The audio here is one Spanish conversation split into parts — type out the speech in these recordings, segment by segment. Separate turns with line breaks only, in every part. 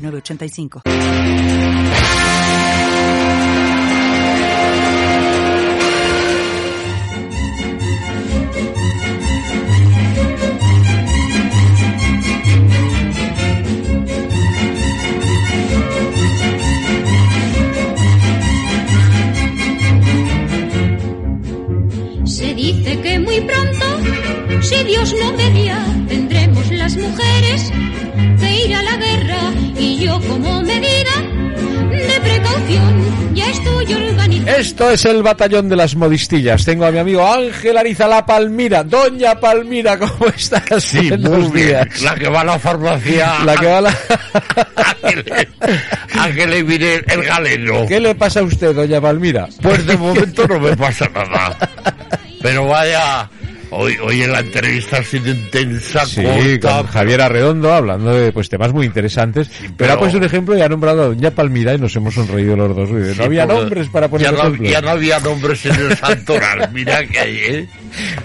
985.
Se dice que muy pronto, si Dios no media, tendremos las mujeres que ir a la guerra y yo como medida de precaución ya estoy organizando.
Esto es el batallón de las modistillas. Tengo a mi amigo Ángel Arizala Palmira. Doña Palmira, ¿cómo estás?
Sí,
Buenos
muy bien.
días.
La que va a la farmacia.
La que va a la-
A que le mire el galeno.
¿Qué le pasa a usted, doña Palmira?
Pues de momento no me pasa nada. Pero vaya, hoy, hoy en la entrevista ha sido intensa,
Sí,
corta,
con Javier Arredondo hablando de pues, temas muy interesantes. pero...
pero-
ha puesto un ejemplo y ha nombrado a Doña Palmira y nos hemos sonreído los dos. Oye,
Sí,
no había
porque
nombres para poner
ya no,
ejemplos.
ya no había nombres en el santoral, mira que hay, ¿eh?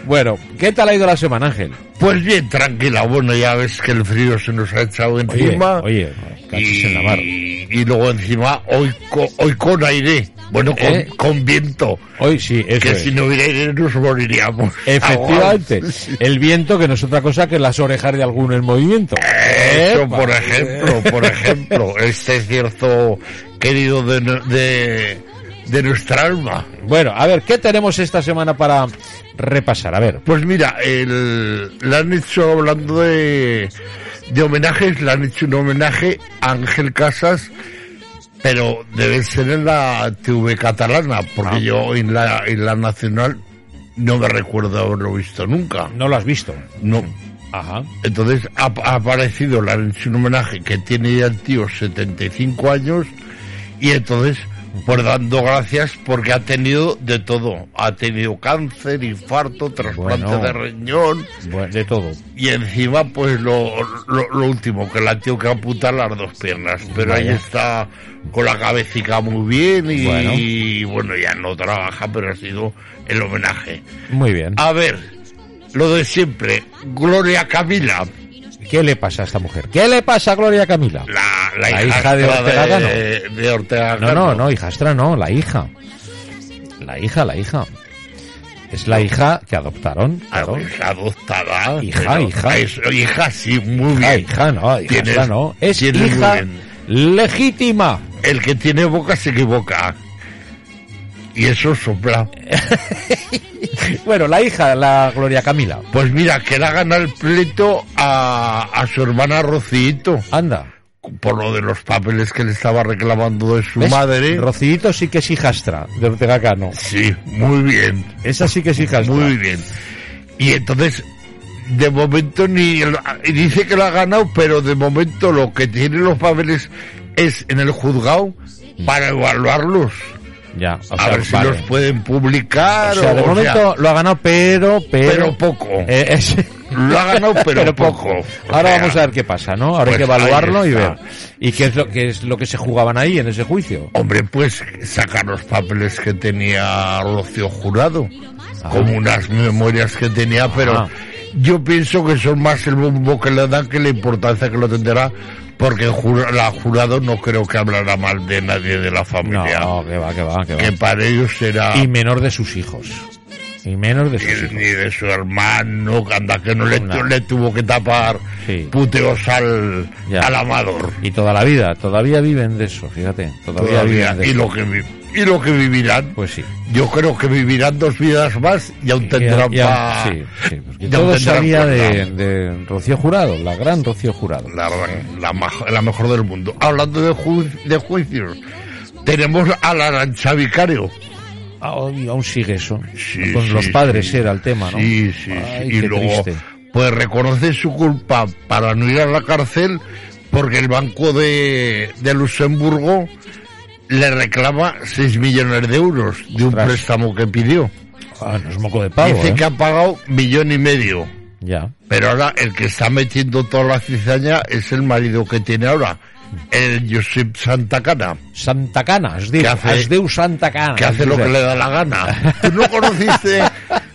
Bueno, ¿qué tal ha ido la semana, Ángel?
Pues bien, tranquila, bueno, ya ves que el frío se nos ha echado
Oye,
encima.
oye, cachis
y,
en la mar.
y luego encima, hoy, co- hoy con aire, bueno, con,
¿Eh?
con viento,
Hoy sí, eso
que
es.
si no hubiera aire nos moriríamos.
Efectivamente,
Ah,
el viento que no es otra cosa que las orejas de alguno en movimiento.
Eso,
Epa. Eh.
por ejemplo, por ejemplo, este cierto querido de, nu- de, de nuestra alma.
Bueno, a ver, ¿qué tenemos esta semana para repasar? A ver,
Pues mira, el, le han hecho, hablando de, de homenajes, le han hecho un homenaje a Ángel Casas, pero debe ser en la TV catalana,
Ah.
porque yo en la, en la nacional no me recuerdo haberlo visto nunca.
no lo has visto.
No.
Ajá.
Entonces ha, ha aparecido, le han hecho un homenaje que tiene ya el tío 75 años, y entonces, por dando gracias, porque ha tenido de todo. Ha tenido cáncer, infarto, trasplante
Bueno.
de riñón.
Bueno, de todo.
Y encima, pues lo, lo, lo último, que la tío que amputar las dos piernas. Pero ahí
Vaya.
está con la cabecita muy bien y
Bueno.
y, bueno, ya no trabaja, pero ha sido el homenaje.
Muy bien.
A ver, lo de siempre, Gloria Camila,
¿Qué le pasa a esta mujer? ¿Qué le pasa a Gloria Camila?
la, la,
La
hijastra
hija de Ortega Cano.
de, de Ortega
No,
Cano.
no, no, hijastra, no, la hija. La hija, la hija. Es la hija que adoptaron,
Ah,
claro.
hija adoptada.
Hija,
pero-
hija.
es- hija, sí, muy
La
bien.
hija, no, hijastra,
Tienes-
no. Es
tienes muy
hija
bien.
legítima.
El que tiene boca se equivoca. Y eso sopla.
Bueno, la hija, la Gloria Camila.
Pues mira, que le ha ganado el pleito a, a su hermana Rocito
Anda.
por lo de los papeles que le estaba reclamando de su
¿Ves?
madre.
Rocillito sí que es hijastra de Ortega Cano.
sí, muy bien,
Esa sí que es hijastra.
muy bien. Y entonces, de momento ni el- y dice que lo ha ganado, pero de momento lo que tiene los papeles es en el juzgado para evaluarlos,
Ya, o
a
sea,
ver si
vale.
los pueden publicar.
O sea, de
o sea,
momento lo ha ganado, pero, pero...
pero poco.
Eh, es-
Lo ha ganado, pero, poco. O
Ahora
sea,
vamos a ver qué pasa, ¿no? Ahora hay que
pues ahí
evaluarlo y
está.
ver. ¿Y qué es lo que es lo que se jugaban ahí en ese juicio?
Hombre, pues sacar los papeles que tenía Rocío Jurado,
Ah.
como unas memorias que tenía, pero yo pienso que son más el bombo que le dan que la importancia que lo tendrá, porque Jura- la Jurado no creo que hablará mal de nadie de la familia,
No, que va, que va, que va.
que para ellos será
Y menor de sus hijos. Y menor de sus hijos.
ni de su hermano, que anda que no le,
No.
le tuvo que tapar
Sí.
puteos al,
Ya.
al amador.
Y toda la vida, todavía viven de eso, fíjate. Todavía,
Todavía,
viven de
y
eso.
lo que vi- y lo que vivirán
Pues sí.
Yo creo que vivirán dos vidas más y aún tendrán
Ya- ya-
pa-
sí, sí, porque
y aún
todo
tendrán
salía de,
cuerda.
de Rocío Jurado, la gran Rocío Jurado.
La, la maj- la mejor del mundo. Hablando de, ju- de juicios, tenemos a la Arancha Vicario.
Ah, hoy aún sigue eso.
Sí,
Con
sí,
los padres
sí.
era el tema, ¿no?
Sí, sí, sí.
Ay,
Y
qué
luego,
triste.
pues reconoce su culpa para no ir a la cárcel porque el Banco de, de Luxemburgo le reclama 6 millones de euros de un
Ostras.
préstamo que pidió.
Ah, no es moco de pavo,
Dice
¿eh?
que ha pagado millón y medio.
Ya.
Pero ahora el que está metiendo toda la cizaña es el marido que tiene ahora, el Josep Santacana,
Santa Cana, es diu,
Que hace-
es diu Santa Cana.
que hace lo que le da la gana. ¿Tú no conociste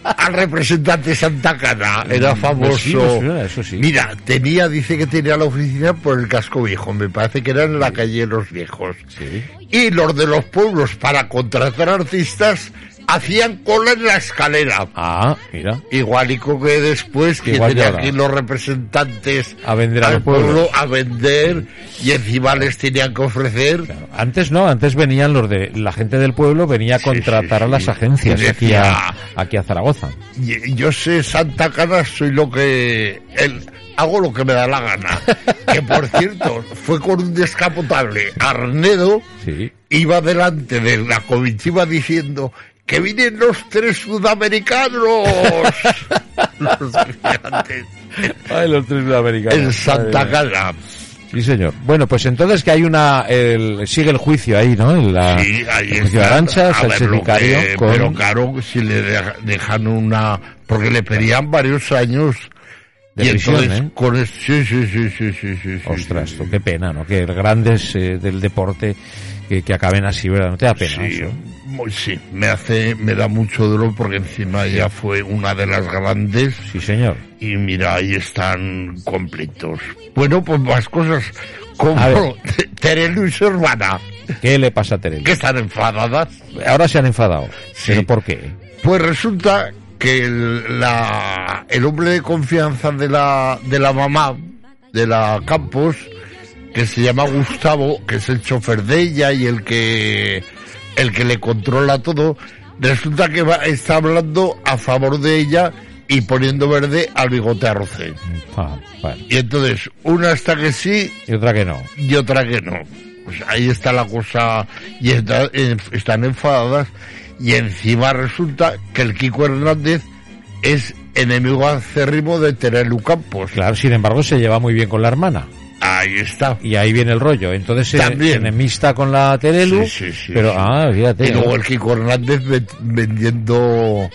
al representante Santacana? Era famoso.
Mm, pues Sí, me suena, eso sí.
Mira, tenía, dice que tenía la oficina por el casco viejo, me parece que era en la calle de los viejos.
Sí.
Y los de los pueblos, para contratar artistas, hacían cola en la escalera.
Ah, mira.
Igualico que después que
Igual que
tiene
ahora.
aquí los representantes
A vender al pueblo.
a vender y encima les tenían que ofrecer
Antes no, antes venían los de la gente del pueblo venía a contratar
sí,
a las
sí.
agencias
Y
aquí a,
decía-
aquí a Zaragoza.
y- yo sé Santa Cana soy lo que el- hago lo que me da la gana que por cierto fue con un descapotable Arnedo
Sí.
iba delante de la comitiva diciendo que vienen los tres sudamericanos los gigantes.
Ay, los tres sudamericanos.
en Santa Cana
Sí, señor. Bueno, pues entonces que hay una... el- sigue el juicio ahí, ¿no? En la,
Sí, ahí
el juicio de
está.
Arantxa,
A
Sánchez
ver, lo
Vicario,
que-
con-
Pero claro, si le de- dejan una... Porque le pedían varios años...
De
y
prisión,
entonces,
¿eh?
con el- sí, sí, sí, sí, sí, sí, sí,
Ostras,
sí,
tú,
sí.
qué pena, ¿no? Que grandes eh, del deporte que, que acaben así, ¿verdad? ¿No te da pena
Sí,
eso?
muy- sí, me hace, me da mucho dolor porque encima ella fue una de las grandes
Sí, señor.
y mira, ahí están completos. Bueno, pues más cosas
A ver.
como Terelu y su hermana,
¿Qué le pasa a Terelu?
que están enfadadas.
Ahora se han enfadado.
Sí.
¿Pero por qué?
Pues resulta que el, la- el hombre de confianza de la, de la mamá, de la Campos, que se llama Gustavo, que es el chofer de ella y el que, el que le controla todo, resulta que va- está hablando a favor de ella y poniendo verde al bigote arroce.
Ah, bueno.
Y entonces, una está que sí
Y otra que no.
y otra que no. Pues ahí está la cosa y está- eh, están enfadadas y encima resulta que el Kiko Hernández es enemigo acérrimo de Terelu Campos.
Claro, sin embargo, se lleva muy bien con la hermana.
Ahí está.
Y ahí viene el rollo. Entonces es
También.
enemista con la Terelu.
Sí, sí, sí,
pero,
sí.
ah, fíjate.
Y luego el Kiko Hernández ve- vendiendo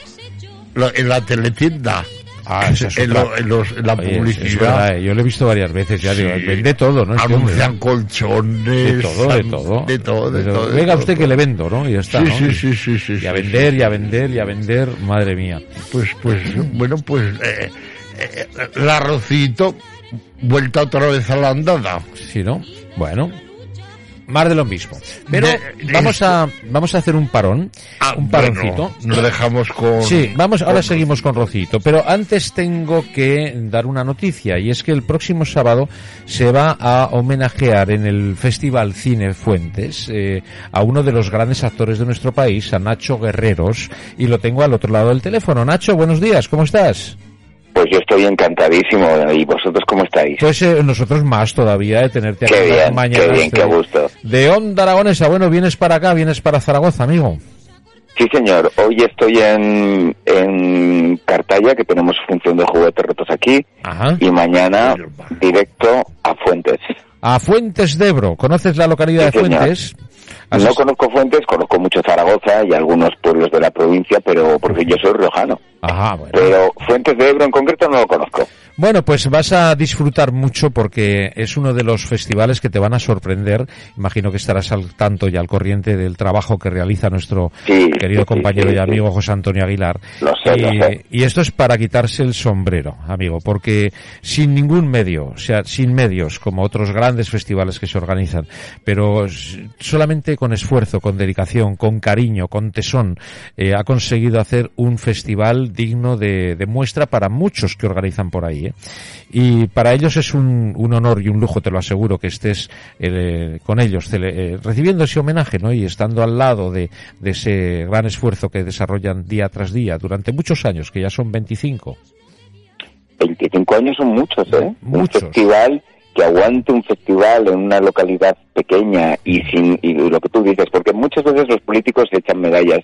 la- en la teletienda.
Ah, esa es
en,
otra.
lo- en los- en la
Oye, es
publicidad.
verdad, eh, Yo lo he visto varias veces, ya digo,
Sí.
vende todo, ¿no? Este hombre,
Anuncian
¿no?
colchones.
de todo, de
anun-
todo.
De todo, de
Pero,
todo. de
Venga
todo.
usted que le vendo, ¿no? Y ya está,
Sí,
¿no?
sí, sí, sí, sí,
Y a
sí,
vender, y a vender, y a vender, madre mía.
Pues, pues, bueno, pues eh, eh, la Rocito vuelta otra vez a la andada.
Sí, ¿no? Bueno, más de lo mismo. Pero
De-
vamos
esto-
a vamos a hacer un parón,
Ah,
un
bueno,
paroncito.
nos dejamos con.
Sí, vamos, ahora
con-
seguimos con Rocito, pero antes tengo que dar una noticia y es que el próximo sábado se va a homenajear en el Festival Cine Fuentes eh, a uno de los grandes actores de nuestro país, a Nacho Guerreros, y lo tengo al otro lado del teléfono. Nacho, buenos días, ¿cómo estás?
Pues yo estoy encantadísimo. ¿Y vosotros cómo estáis?
Pues eh, nosotros más todavía de tenerte
Qué
aquí
bien,
mañana. este
qué bien, qué gusto.
De Onda Aragonesa, bueno, vienes para acá, vienes para Zaragoza, amigo.
Sí, señor. Hoy estoy en, en Cartaya, que tenemos función de juguetes rotos aquí.
Ajá.
Y mañana directo a Fuentes.
A Fuentes de Ebro, ¿conoces la localidad
Sí,
de
señor.
Fuentes? Has
No
es-
conozco Fuentes, conozco mucho Zaragoza y algunos pueblos de la provincia, pero porque yo soy riojano.
Ajá, bueno.
Pero Fuentes de Ebro en concreto no lo conozco.
Bueno, pues vas a disfrutar mucho porque es uno de los festivales que te van a sorprender. Imagino que estarás al tanto y al corriente del trabajo que realiza nuestro
Sí,
querido
sí,
compañero
sí,
y
sí.
amigo José Antonio Aguilar.
Lo sé,
y,
lo sé.
y esto es para quitarse el sombrero, amigo, porque sin ningún medio, o sea, sin medios, como otros grandes festivales que se organizan, pero s- solamente con esfuerzo, con dedicación, con cariño, con tesón, eh, ha conseguido hacer un festival digno de, de muestra para muchos que organizan por ahí. ¿eh? Y para ellos es un, un honor y un lujo, te lo aseguro, que estés eh, con ellos, cele- eh, recibiendo ese homenaje ¿no? y estando al lado de, de ese gran esfuerzo que desarrollan día tras día durante muchos años, que ya son 25.
25 años son muchos, ¿eh?
Muchos.
Un festival que aguante un festival en una localidad pequeña y sin y lo que tú dices, porque muchas veces los políticos se echan medallas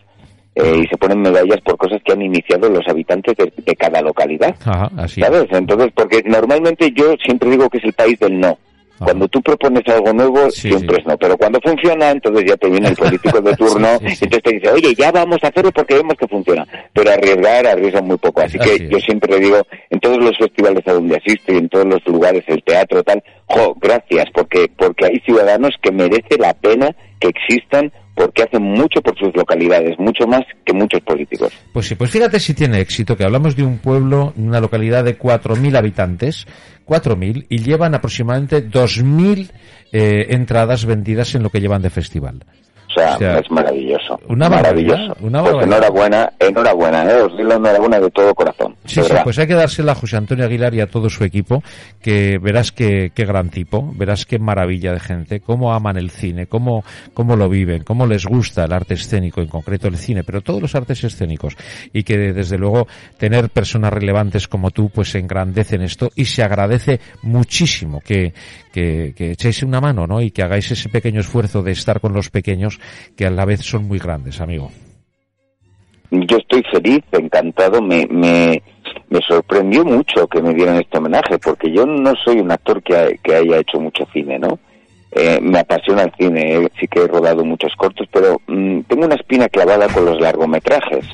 eh, y se ponen medallas por cosas que han iniciado los habitantes de, de cada localidad,
Ajá, así.
¿sabes? Entonces, porque normalmente yo siempre digo que es el país del no. Cuando tú propones algo nuevo,
Sí,
siempre
sí.
es no. Pero cuando funciona, entonces ya te viene el político de turno,
Sí, sí, sí.
entonces te dice, oye, ya vamos a hacerlo porque vemos que funciona. Pero arriesgar, arriesga muy poco. Así,
Así
que
es.
yo siempre digo, en todos los festivales a donde asisto y en todos los lugares, el teatro, tal, jo, gracias, porque, porque hay ciudadanos que merece la pena que existan porque hacen mucho por sus localidades, mucho más que muchos políticos.
Pues sí, pues fíjate si tiene éxito, que hablamos de un pueblo, una localidad de 4.000 habitantes, 4.000, y llevan aproximadamente 2.000 eh, entradas vendidas en lo que llevan de festival.
O sea,
O sea,
es maravilloso.
una barbaridad,
maravilloso.
una
pues
barbaridad.
enhorabuena, enhorabuena, eh, os digo enhorabuena de todo corazón.
Sí,
de
sí,
verdad.
pues hay que dársela a José Antonio Aguilar y a todo su equipo, que verás qué, qué gran tipo, verás qué maravilla de gente, cómo aman el cine, cómo, cómo lo viven, cómo les gusta el arte escénico, en concreto el cine, pero todos los artes escénicos. Y que desde luego tener personas relevantes como tú, pues se engrandecen esto y se agradece muchísimo que, que, que echéis una mano, ¿no? Y que hagáis ese pequeño esfuerzo de estar con los pequeños, que a la vez son muy grandes, amigo.
yo estoy feliz, encantado, me, me, me sorprendió mucho que me dieran este homenaje, porque yo no soy un actor que, ha- que haya hecho mucho cine, ¿no? Eh, me apasiona el cine, eh, sí que he rodado muchos cortos, pero mm, tengo una espina clavada con los largometrajes.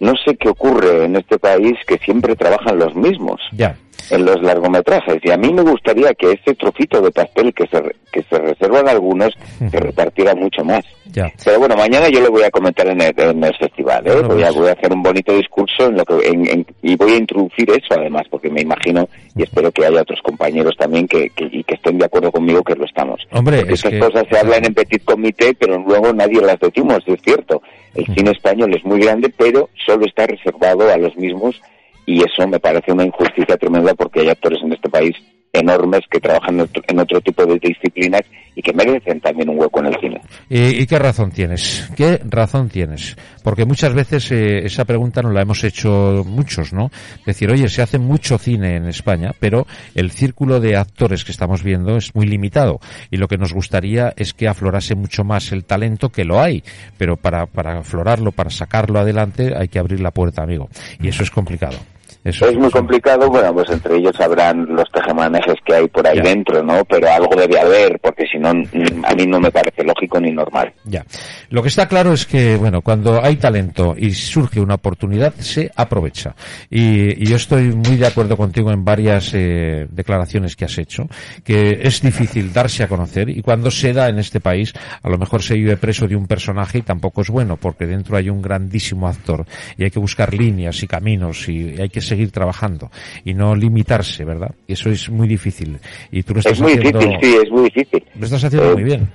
No sé qué ocurre en este país que siempre trabajan los mismos
Ya.
en los largometrajes y a mí me gustaría que ese trocito de pastel que se, re- que se reservan algunos se repartiera mucho más.
Ya.
Pero bueno, mañana yo lo voy a comentar en el, en el festival, ¿eh?
Bueno,
voy, a,
pues.
voy a hacer un bonito discurso en lo que, en- en- y voy a introducir eso además, porque me imagino y espero que haya otros compañeros también que, que- y que estén de acuerdo conmigo que lo estamos.
Hombre,
Porque
es
estas
que-
cosas se hablan en petit comité, pero luego nadie las decimos, es cierto. El cine español es muy grande, pero solo está reservado a los mismos y eso me parece una injusticia tremenda porque hay actores en este país enormes que trabajan en otro- en otro tipo de disciplinas y que merecen también un hueco en el cine.
Eh, ¿Y, y qué razón tienes? ¿Qué razón tienes? Porque muchas veces eh, esa pregunta nos la hemos hecho muchos, ¿no? Decir, oye, se hace mucho cine en España, pero el círculo de actores que estamos viendo es muy limitado y lo que nos gustaría es que aflorase mucho más el talento que lo hay, pero para, para aflorarlo, para sacarlo adelante, hay que abrir la puerta, amigo. Y eso es complicado. Eso
Es muy
eso-
complicado, bueno, pues entre ellos sabrán los tejemanejes que hay por ahí
Ya.
dentro, ¿no? Pero algo debe haber, porque si no, mm, a mí no me parece lógico ni normal.
Ya. Lo que está claro es que, bueno, cuando hay talento y surge una oportunidad, se aprovecha. Y, y yo estoy muy de acuerdo contigo en varias eh, declaraciones que has hecho, que es difícil darse a conocer y cuando se da en este país, a lo mejor se vive preso de un personaje y tampoco es bueno, porque dentro hay un grandísimo actor y hay que buscar líneas y caminos y hay que seguir trabajando y no limitarse, ¿verdad? Y eso es muy difícil. Y tú lo estás
Es muy
haciendo,
difícil, sí, es muy difícil.
lo estás haciendo
Eh,
muy bien.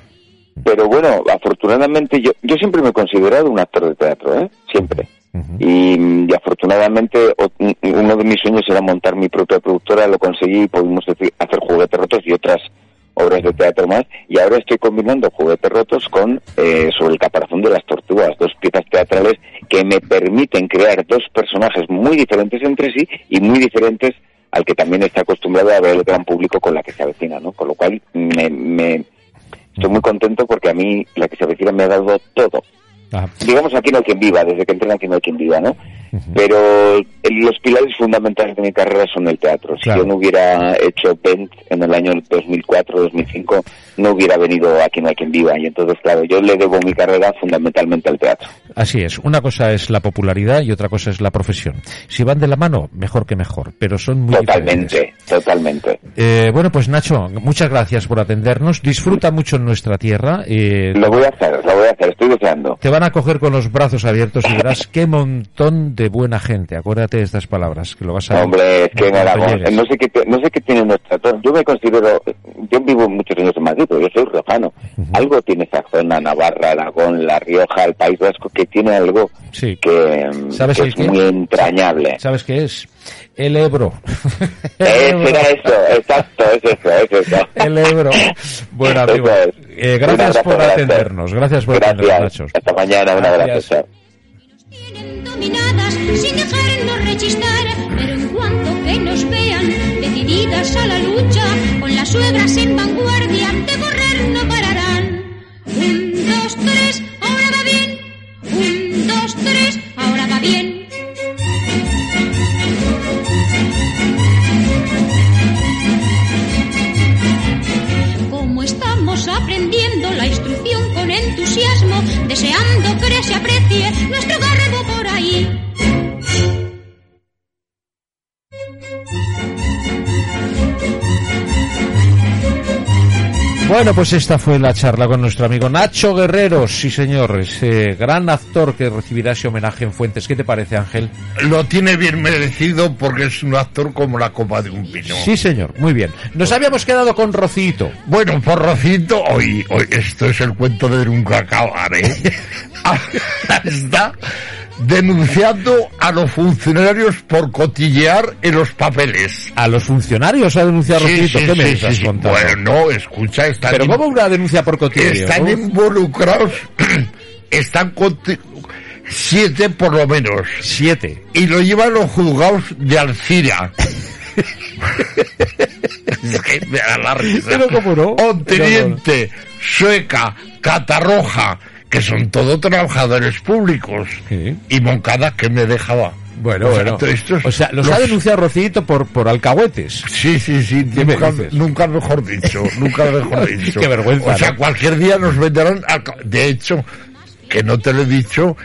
Pero bueno, afortunadamente yo, yo siempre me he considerado un actor de teatro, ¿eh? Siempre.
Ujú.
Y, mm, y afortunadamente o- un- uno de mis sueños era montar mi propia productora, lo conseguí y pudimos hacer hacer juguetes rotos y otras obras de teatro más. Y ahora estoy combinando juguetes rotos con eh, Sobre el caparazón de las tortugas, dos piezas teatrales que me permiten crear dos personajes muy diferentes entre sí y muy diferentes al que también está acostumbrado a ver el gran público con la que se avecina, ¿no? Con lo cual me, me- estoy muy contento porque a mí la que se avecina me ha dado todo
Ah,
digamos aquí no hay quien viva, desde que entré en aquí no hay quien viva, ¿no? Pero el- los pilares fundamentales de mi carrera son el teatro. Si
Claro.
yo no hubiera hecho Bent en el año 2004-2005, no hubiera venido aquí no hay quien viva. Y entonces, claro, yo le debo mi carrera fundamentalmente al teatro.
Así es, una cosa es la popularidad y otra cosa es la profesión. Si van de la mano, mejor que mejor, pero son muy diferentes.
totalmente, totalmente.
Eh, bueno, pues Nacho, muchas gracias por atendernos. Disfruta mucho en nuestra tierra. eh,
Lo voy a hacer, lo voy a hacer, estoy deseando.
te van a coger con los brazos abiertos y verás qué montón de buena gente. Acuérdate de estas palabras, que lo vas a...
Hombre, es que en
cuando
Aragón,
llegues.
no sé qué, te- no sé qué tiene nuestra zona. Yo me considero, yo vivo muchos años en Madrid, pero yo soy riojano. Algo tiene esa zona, Navarra, Aragón, La Rioja, el País Vasco, que tiene algo
Sí.
que, mm,
¿Sabes
que
el
es
qué?
muy entrañable.
¿Sabes qué es? El Ebro.
Eso
Ebro.
Eh, era eso, exacto, es eso, es eso.
El Ebro. Bueno,
Eso
amigo,
es.
eh,
Un
gracias
abrazo,
por
gracias.
atendernos. Gracias por atendernos,
Gracias.
Nacho.
Hasta mañana, un
Gracias.
abrazo. chao.
tienen dominadas sin dejarnos rechistar, pero en cuanto que nos vean decididas a la lucha, con las suegras en vanguardia de correr no pararán. Un, dos, tres, ahora va bien. Un, dos, tres, ahora va bien. deseando que se aprecie nuestro garbo por ahí.
Bueno, pues esta fue la charla con nuestro amigo Nacho Guerrero, sí señor, ese gran actor que recibirá ese homenaje en Fuentes. ¿Qué te parece, Ángel?
Lo tiene bien merecido porque es un actor como la copa de un pino.
Sí señor, muy bien. Nos habíamos quedado con Rocito.
Bueno, por Rocito, hoy, hoy esto es el cuento de nunca acabar, ¿eh? Está denunciando a los funcionarios por cotillear en los papeles.
A los funcionarios ha denunciado Rocito, ¿qué me estás contando?
Bueno, escucha, están,
Pero
in-
¿cómo una denuncia por cotilleo?
están involucrados, están con siete por lo menos,
Siete.
y lo llevan los juzgados de Alcira. es que me da la risa.
Pero cómo no.
O teniente, Sueca, Catarroja, que son todos trabajadores públicos.
Sí.
Y Moncada, que me dejaba.
Bueno,
O sea,
bueno.
todo esto es-
o sea, los, ha denunciado Rocito por, por alcahuetes.
Sí, sí, sí,
¿Qué me
nunca,
dices?
nunca mejor dicho, nunca mejor dicho.
Qué vergüenza,
O sea,
¿no?
cualquier día nos venderán. al ca- De hecho, que no te lo he dicho,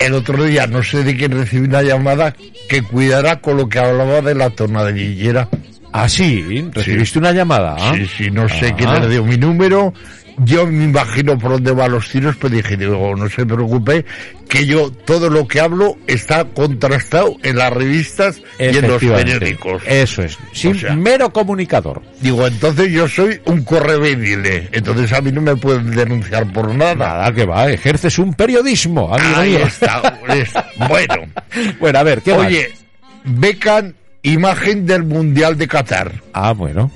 el otro día no sé de quién recibí una llamada que cuidara con lo que hablaba de la tornadillera.
Ah, sí, recibiste una llamada. ¿ah?
Sí, sí, no sé
Ah.
quién le dio mi número. Yo me imagino por dónde van los tiros, pero dije, digo, no se preocupe, que yo todo lo que hablo está contrastado en las revistas y en los
Efectivamente.
periódicos.
Eso es. Sin
sea-
mero comunicador.
Digo, entonces yo soy un correveidile, entonces a mí no me pueden denunciar por nada.
Nada que va, ejerces un periodismo, amigo
Ahí
mío.
está. es- bueno,
Bueno, a ver, ¿qué más?
oye, becan imagen del Mundial de Qatar,
Ah, bueno.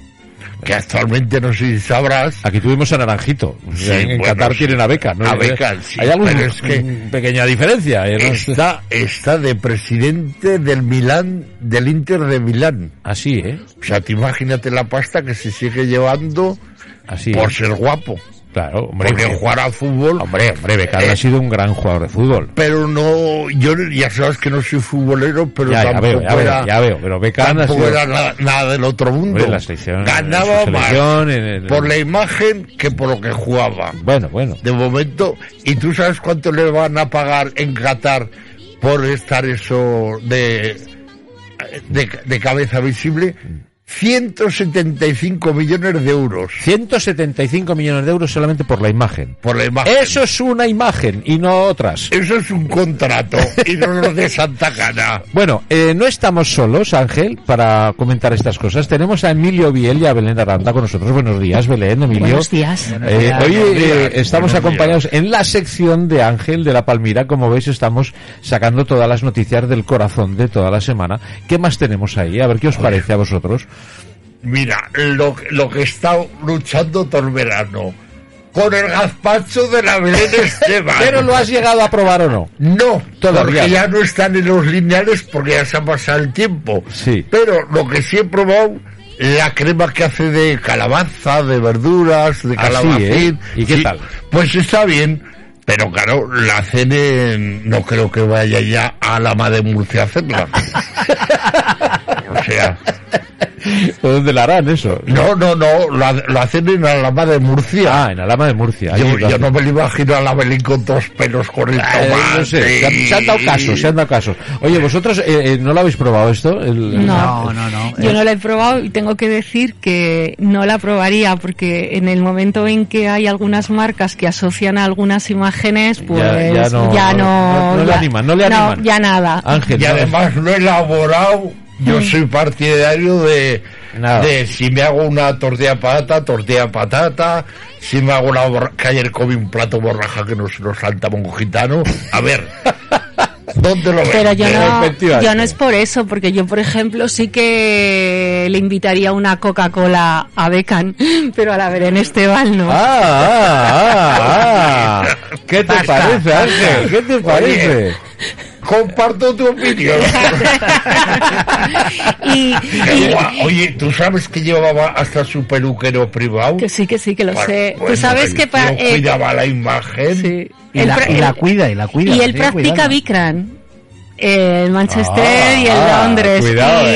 que actualmente no sé si sabrás.
Aquí tuvimos a Naranjito. O sea,
Sí,
en
bueno,
Qatar
sí.
tienen a Beca, ¿no?
A Beckham, sí,
Hay alguna
pero es que-
pequeña diferencia. ¿eh? No sé.
Está, está de presidente del Milán, del Inter de Milán.
Así, ¿eh?
O sea, te imagínate la pasta que se sigue llevando
Así.
por
¿eh?
ser guapo.
Claro, hombre.
Porque
que-
jugar al fútbol.
Hombre, hombre, Beckham
Eh,
ha sido un gran jugador de fútbol.
pero no, yo ya sabes que no soy futbolero, pero
Ya, ya
tampoco
veo, ya
era,
veo, ya veo. Pero Beckham ha
tampoco
sido...
era nada, nada del otro mundo.
Hombre, la selección,
Ganaba
su
más
selección, en el-
por la imagen que por lo que jugaba.
Bueno, bueno.
De momento, ¿y tú sabes cuánto le van a pagar en Qatar por estar eso de, de, de cabeza visible? 175 millones de euros
175 millones de euros solamente por la imagen.
por la imagen.
Eso es una imagen y no otras.
Eso es un contrato y no los de Santa Cana.
Bueno, eh, no estamos solos, Ángel, para comentar estas cosas. Tenemos a Emilio Biel y a Belén Aranda con nosotros. Buenos días, Belén, Emilio.
Buenos días.
Eh, hoy
Buenos
eh,
días.
estamos
Buenos
acompañados en la sección de Ángel de la Palmira. Como veis, estamos sacando todas las noticias del corazón de toda la semana. ¿Qué más tenemos ahí? A ver qué os parece a vosotros.
Mira, lo, lo que está luchando todo el verano. Con el gazpacho de la Belén Esteban.
¿Pero lo has llegado a probar o no?
No,
Todavía.
porque ya no están en los lineales porque ya se ha pasado el tiempo.
Sí.
Pero lo que sí he probado, la crema que hace de calabaza, de verduras, de
Ah, sí,
calabacín.
¿eh? ¿Y qué
Sí,
tal?
Pues está bien, pero claro, la hacen en- No creo que vaya ya a la madre Murcia a hacerla. o sea...
¿O ¿Dónde la harán eso?
No, no, no, la, la hacen en Alama de Murcia.
Ah, en Alama de Murcia. Ahí
yo,
lo
yo
hacen.
no me lo imagino a la Belén con dos pelos con el
Eh,
tomate.
no sé, se han, se han dado casos, se han dado casos. Oye, vosotros eh, eh, no lo habéis probado esto, El-
No,
No, no, no.
Eh.
Yo no la he probado y tengo que decir que no la probaría porque en el momento en que hay algunas marcas que asocian a algunas imágenes, pues
ya,
ya,
ya no, no, no le
ya-
animan, no le animan. Ah,
ya nada.
Ángel,
Y
no,
además lo he elaborado.
Mm.
Yo soy partidario de,
Nada.
de si me hago una tortilla de patata, tortilla de patata, si me hago una borra- que ayer comí un plato borraja que nos lo saltaba un gitano. A ver, ¿dónde lo ves?
Pero yo no,
Efectivamente.
yo no es por eso, porque yo, por ejemplo, sí que le invitaría una Coca-Cola a Becan, pero a la Belén Esteban no.
Ah, ah, ah, ah. ¿Qué te parece, Ángel? ¿Qué te parece?
Comparto tu opinión.
Y,
Qué
y-
guay. Oye, ¿tú sabes que llevaba hasta su peluquero privado?
que sí, que sí, que lo
Bueno,
sé.
bueno, pues
Tú sabes
el
que eh, para...
tío cuidaba la imagen.
sí.
Y
El
la,
pra-
y la
el-
cuida, y la cuida.
Y
la
él
sigue
practica
cuidando.
Bikram. el Manchester
Ah,
y el
ah,
Londres.
cuidado,
y,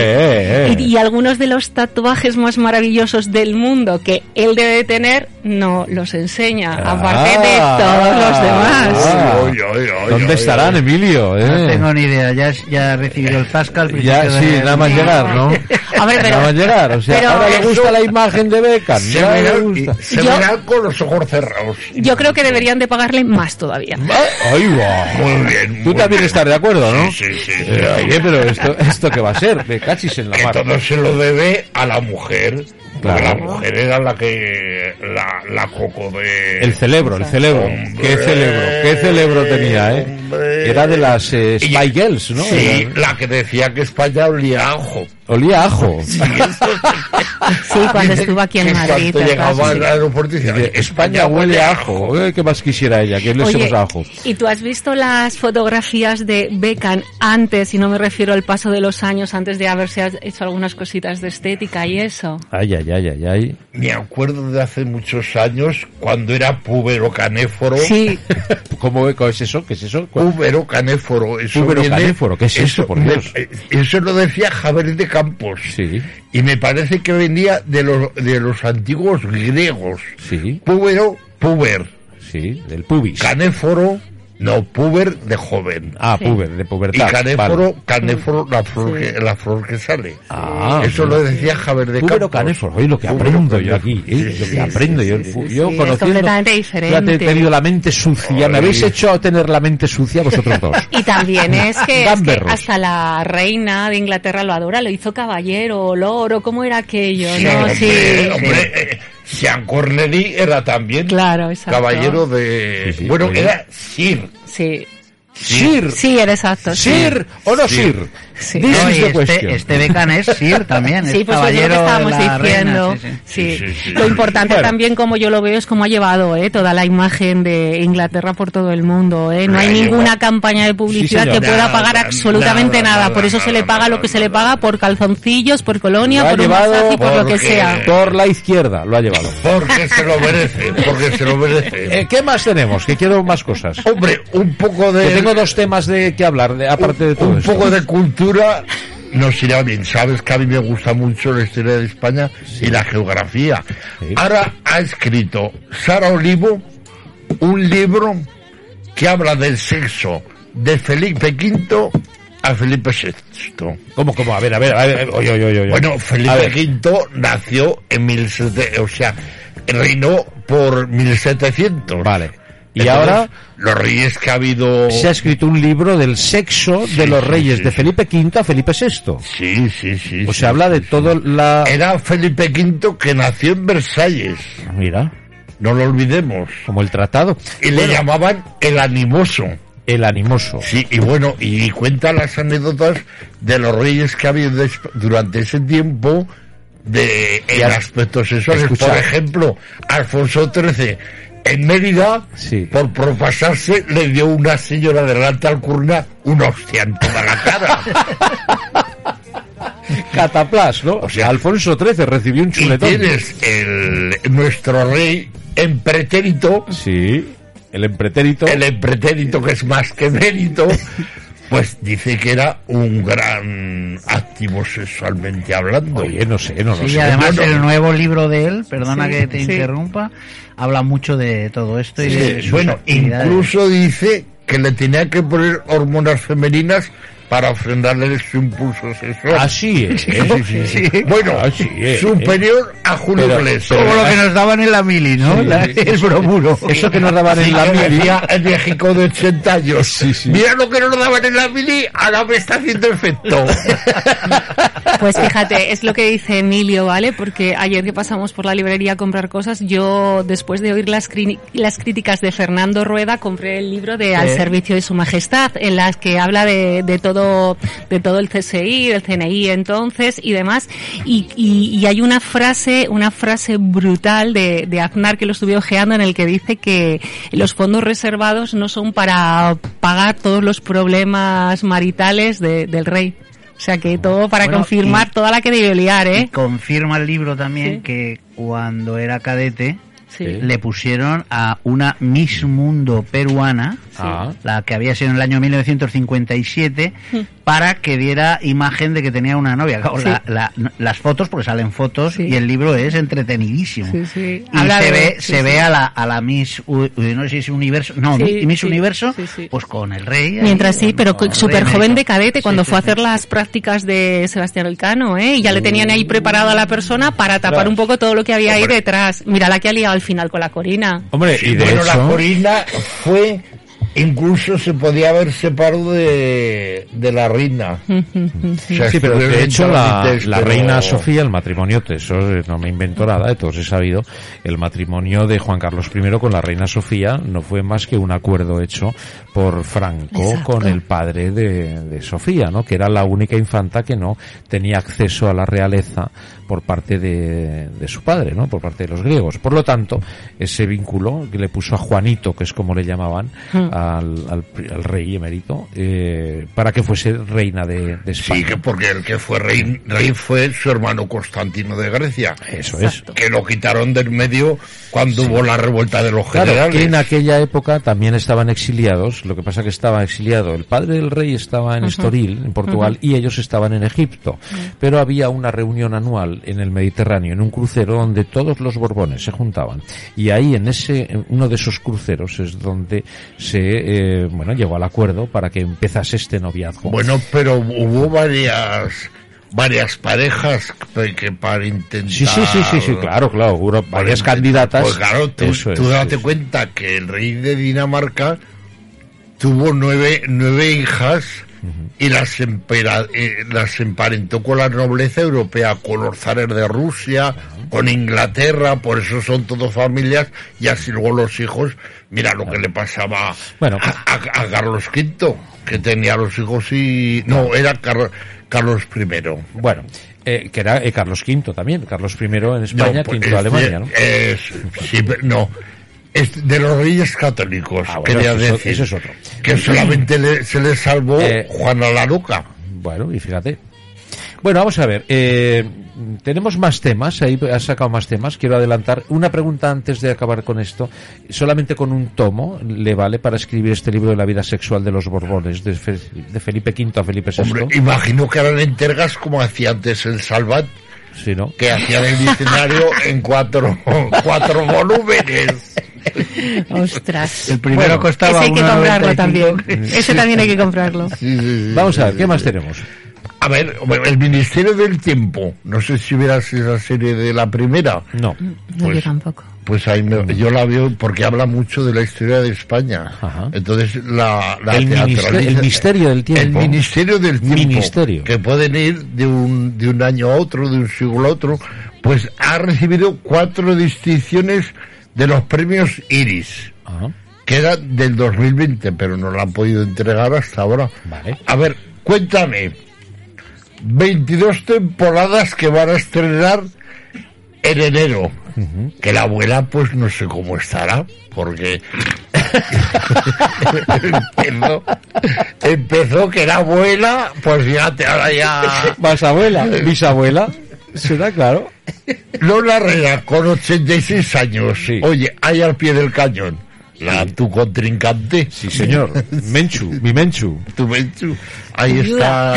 eh, eh, eh.
y- y algunos de los tatuajes más maravillosos del mundo que él debe de tener, no los enseña, aparte de
Ah,
todos los demás.
ah.
Oye, oye, oye,
¿Dónde
oye,
estarán,
oye.
Emilio? eh?
No tengo ni idea, ya, es- ya ha recibido el pues zasca al
Ya,
principio
sí,
de-
nada más llegar, ¿no?
Hombre, pero-
nada más llegar. O sea,
pero-
ahora le gusta la imagen de Beckham.
Se
ya le
verán-
gusta.
se
Yo-
verán con los ojos cerrados.
Yo creo que deberían de pagarle más todavía.
Ay, guau.
Muy bien.
Ah, Tú
muy
también
bien.
estás de acuerdo, ¿no?
Sí, sí, sí.
Eh, oye, pero esto, esto qué va a ser, me cachis en la
que
mar.
todo se lo debe a la mujer. Porque
Claro.
la mujer era la que. La, la coco de.
El celebro, el celebro.
Hombre,
qué celebro, qué celebro tenía, ¿eh?
hombre.
Era de las eh,
Y-
Spy Girls, ¿no?
Sí,
Era-
la que decía que España olía a ajo.
Olía a ajo.
Sí, cuando estuvo aquí en
Que
Madrid.
Cuando llegaba
¿verdad?
al aeropuerto decía,
De-
España huele a ajo.
Eh, ¿Qué más quisiera ella? Que le
pues,
Oye,
echemos ajo.
¿Y tú has visto las fotografías de Beckham antes, y no me refiero al paso de los años, antes de haberse hecho algunas cositas de estética y eso?
Ay, ay, ay, ay, ay.
Me acuerdo de hace muchos años cuando era púbero canéforo.
Sí,
¿Cómo es eso? ¿Qué es eso? ¿Cuál-
Púbero canéforo. Eso
Púbero
viene-
canéforo, ¿qué es eso, por Dios?
eh, Eso lo decía Javier de Campos.
Sí,
Y me parece que venía de los, de los antiguos griegos.
sí,
Púbero, puber.
sí, del pubis.
Canéforo, no, puber de joven.
Ah,
Sí.
puber, de
Y
pubertad.
canéforo,
vale.
canéforo, la flor, que, la flor que sale.
Ah,
Eso
mira.
lo decía Javier de
Púbero
Campos.
canéforo, oye, lo que
Púbero
aprendo yo
canéforo.
aquí, ¿eh?
Sí,
lo
sí,
que aprendo
sí,
yo.
sí, sí,
yo
sí, es
conociendo-
completamente
Ya
diferente.
te he tenido la mente sucia, me
Ay.
habéis hecho tener la mente sucia vosotros dos.
y también es que, es que
Gamberros.
hasta la reina de Inglaterra lo adora, lo hizo caballero, o loro, ¿cómo era aquello?
Sí,
no,
hombre,
sí.
hombre, eh, Sean Cornery era también
Claro, exacto.
caballero de...
Sí, sí,
bueno,
oye.
era Sir.
Sí,
Sir,
sí, era exacto. sí.
Sir o no
Sir.
Sir.
Sí.
This
No,
is
y
the question.
este, este Beckham es Sir también, es
Sí, pues es lo que
caballero de
estábamos
la
diciendo.
reina, sí,
sí.
sí.
Sí, sí, sí.
Lo importante
Bueno.
también, como yo lo veo, es cómo ha llevado ¿eh? toda la imagen de Inglaterra por todo el mundo. ¿eh? No
La
hay
lleva-
ninguna campaña de publicidad
señor.
que pueda
Nada,
pagar absolutamente
nada,
nada. Por eso
nada,
se le paga
nada,
lo que se le
nada.
paga por calzoncillos, por colonia,
Lo ha
por un
llevado
masaje, por lo que
porque-
sea.
Por la izquierda lo ha llevado.
Porque se lo merece, porque se lo merece.
Eh, ¿Qué más tenemos? Que quiero más cosas.
Hombre, un poco de...
Que tengo dos temas de que hablar, de- aparte de todo
Eh, un
esto.
poco de cultura nos irá bien. Sabes que a mí me gusta mucho la historia de España y la geografía.
Sí.
Ahora ha escrito Sara Olivo un libro que habla del sexo de Felipe V a Felipe VI.
¿Cómo, cómo? A ver, a ver, a ver. Oye, oye, oye, oye.
Bueno,
A
Felipe
ver.
V nació en 1700, o sea, reinó por 1700.
Vale. Y
Entonces,
ahora
los reyes que ha habido
se ha escrito un libro del sexo de los
sí,
reyes
sí,
de
sí.
Felipe V a Felipe VI.
Sí, sí, sí.
O
sí.
sea, habla de todo la...
Era Felipe V que nació en Versalles,
Mira,
no lo olvidemos.
como el tratado.
Y le llamaban el animoso.
El animoso.
Sí, y bueno, y cuenta las anécdotas de los reyes que ha habido des- durante ese tiempo de en
al-
aspectos sexuales.
Escucha.
Por ejemplo, Alfonso XIII en Mérida,
Sí.
por propasarse, le dio una señora delante al curna una hostia en toda la cara.
Cataplas, ¿no? O sea, Alfonso XIII recibió un
y
chuletón.
tienes el, nuestro rey en pretérito.
Sí, el empretérito.
el em- empretérito que es más que mérito, pues dice que era un gran activo sexualmente hablando.
Oye, no sé, no lo
Sí, y
sé.
además
Bueno.
el nuevo libro de él, perdona
Sí,
que te
sí.
interrumpa, habla mucho de todo esto y
Sí,
de sus
Eh, bueno,
actividades.
incluso dice que le tenía que poner hormonas femeninas para frenarle su impulso sexual.
Así es.
Sí, sí, sí. Bueno,
Así es. ¿eh?
superior a Julio
Pero-
Iglesias.
como lo que nos daban en la mili, ¿no? La- el bromuro.
Eso que nos daban
Sí,
en la
que
mili.
decía en México de 80 años.
Sí, sí.
Mira lo que nos daban en la mili, ahora me está haciendo efecto.
Pues fíjate, es lo que dice Emilio, ¿vale? Porque ayer que pasamos por la librería a comprar cosas, yo después de oír las, crini- las críticas de Fernando Rueda, compré el libro de Al
Sí.
servicio de su majestad, en las que habla de, de todo de todo el CSI, el CNI entonces y demás. Y, y- y hay una frase, una frase brutal de, de Aznar que lo estuve ojeando en el que dice que los fondos reservados no son para pagar todos los problemas maritales de- del rey. O sea que todo para
Bueno,
confirmar
y-
toda la que debió liar,
Y
¿eh?
confirma el libro también
Sí.
que cuando era cadete
Sí.
le pusieron a una Miss Mundo peruana
Ah.
la que había sido en el año 1957, para que diera imagen de que tenía una novia. Claro,
Hmm. Sí.
la- la- no- las fotos, porque salen fotos,
Sí.
y el libro es entretenidísimo.
Sí, sí.
Y
Habla
se,
de-
ve,
sí,
se
sí.
ve a la, a la Miss, U- uy, no sé si es Universo, no,
Sí,
Miss- Miss
sí,
Universo,
sí, sí.
pues con el rey. ahí,
Mientras sí,
con-
pero
con el rey
súper joven de
emérito.
cadete
Sí,
cuando
sí,
fue a
sí. Mm.
hacer las prácticas de Sebastián Elcano, ¿eh? Y ya le tenían ahí preparado a la persona para tapar un poco todo lo que había ahí detrás. Mira la que ha liado al final con la Corina.
Hombre, y de
bueno, la
hecho...
corina fue, incluso se podía haber separado de, de la reina. O sea,
Sí, pero
estuvieron
de hecho la,
en trámites,
la
pero-
reina Sofía, el matrimonio, eso eh, no me invento nada, de todos he sabido, el matrimonio de Juan Carlos I con la reina Sofía no fue más que un acuerdo hecho por Franco
Exacto.
con el padre de, de Sofía, ¿no? Que era la única infanta que no tenía acceso a la realeza por parte de, de su padre, ¿no? Por parte de los griegos. Por lo tanto, ese vínculo que le puso a Juanito, que es como le llamaban, al, al pri- al rey emérito, eh, para que fuese reina de, de España.
Sí, que porque el que fue rey, rey fue su hermano Constantino de Grecia.
Eso es.
Que lo quitaron del medio cuando hubo la revuelta de los
Claro,
generales.
que en aquella época también estaban exiliados, lo que pasa que estaba exiliado, el padre del rey estaba en Estoril, en Portugal, y ellos estaban en Egipto, pero había una reunión anual en el Mediterráneo, en un crucero donde todos los borbones se juntaban, y ahí en ese, en uno de esos cruceros es donde se, eh, bueno, llegó al acuerdo para que empezase este noviazgo.
Bueno, pero hubo varias varias parejas que, que para intentar...
sí, sí, sí, sí, sí, claro, claro, hubo varias candidatas.
Pues claro, tú,
Eso es,
tú date
eso es.
cuenta que el rey de Dinamarca tuvo nueve, nueve hijas y las, empera- eh, las emparentó con la nobleza europea, con los zares de Rusia, con Inglaterra, por eso son todos familias y así luego los hijos, mira lo que le pasaba
Bueno.
a, a- a Carlos V, que tenía los hijos y... No, era Car- Carlos I.
Bueno, eh, que era eh, Carlos V también, Carlos I en España,
pues,
V en Alemania, ¿no?
es- sí, pero no. Es de los reyes católicos,
Ah, bueno,
quería
eso es-
decir.
eso es otro.
Que solamente le- se le salvó
Eh,
Juana la Loca.
Bueno, y fíjate. Bueno, vamos a ver. eh, tenemos más temas. Ahí has sacado más temas. Quiero adelantar una pregunta antes de acabar con esto. Solamente con un tomo le vale para escribir este libro de la vida sexual de los Borbones, de, Fe- de Felipe V a Felipe VI.
Hombre, imagino que eran entregas como hacía antes el Salvat,
Sí, ¿no?
que hacían el diccionario en cuatro, cuatro volúmenes.
Ostras.
El primero
Bueno,
costaba
Ese Pues hay que
1,95.
comprarlo también. Ese también hay que comprarlo.
Pues
Sí, sí, sí.
Vamos a ver, ¿qué más tenemos?
A ver, hombre, el Ministerio del Tiempo. No sé si verás esa serie de la primera.
No.
No, yo tampoco.
Pues ahí me- yo la veo porque habla mucho de la historia de España.
Ajá.
Entonces la, la
El,
teatraliza-
ministerio, el misterio del tiempo.
El ministerio del tiempo.
Ministerio.
Que pueden ir de un, de un año a otro, de un siglo a otro. Pues ha recibido cuatro distinciones de los premios Iris.
Ah,
Que eran del 2020, pero no la han podido entregar hasta ahora.
Vale.
A ver, cuéntame. 22 temporadas que van a estrenar en enero. Que la abuela, pues no sé cómo estará, porque empezó, empezó que era abuela, pues fíjate, ahora ya.
Más abuela, bisabuela. ¿Será claro?
Lola Herrera, con 86 años.
Sí.
Oye, ahí al pie del cañón. La, tu contrincante.
Sí, señor. Menchu, mi Menchu.
Tu Menchu. Ahí está.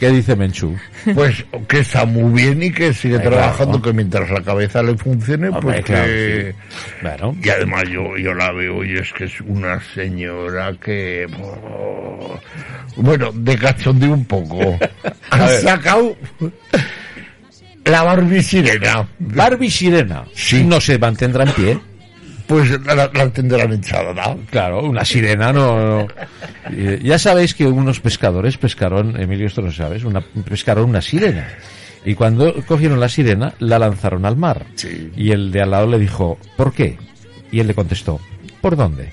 ¿Qué dice Menchu?
Pues que está muy bien y que sigue
Ay, claro,
trabajando,
¿no?
que mientras la cabeza le funcione,
Hombre,
pues
claro,
que...
sí. Claro.
Y además yo, yo la veo y es que es una señora que... Bueno, de cachondeo un poco. Ha sacado la Barbie Sirena.
Barbie Sirena.
Sí.
No se mantendrá en pie.
Pues la, la tendrán echada, ¿no?
Claro, una sirena no. no. Eh, ya sabéis que unos pescadores pescaron, Emilio, esto lo sabes, una, pescaron una sirena. Y cuando cogieron la sirena, la lanzaron al mar.
Sí.
Y el de al lado le dijo, ¿por qué? Y él le contestó, ¿por dónde?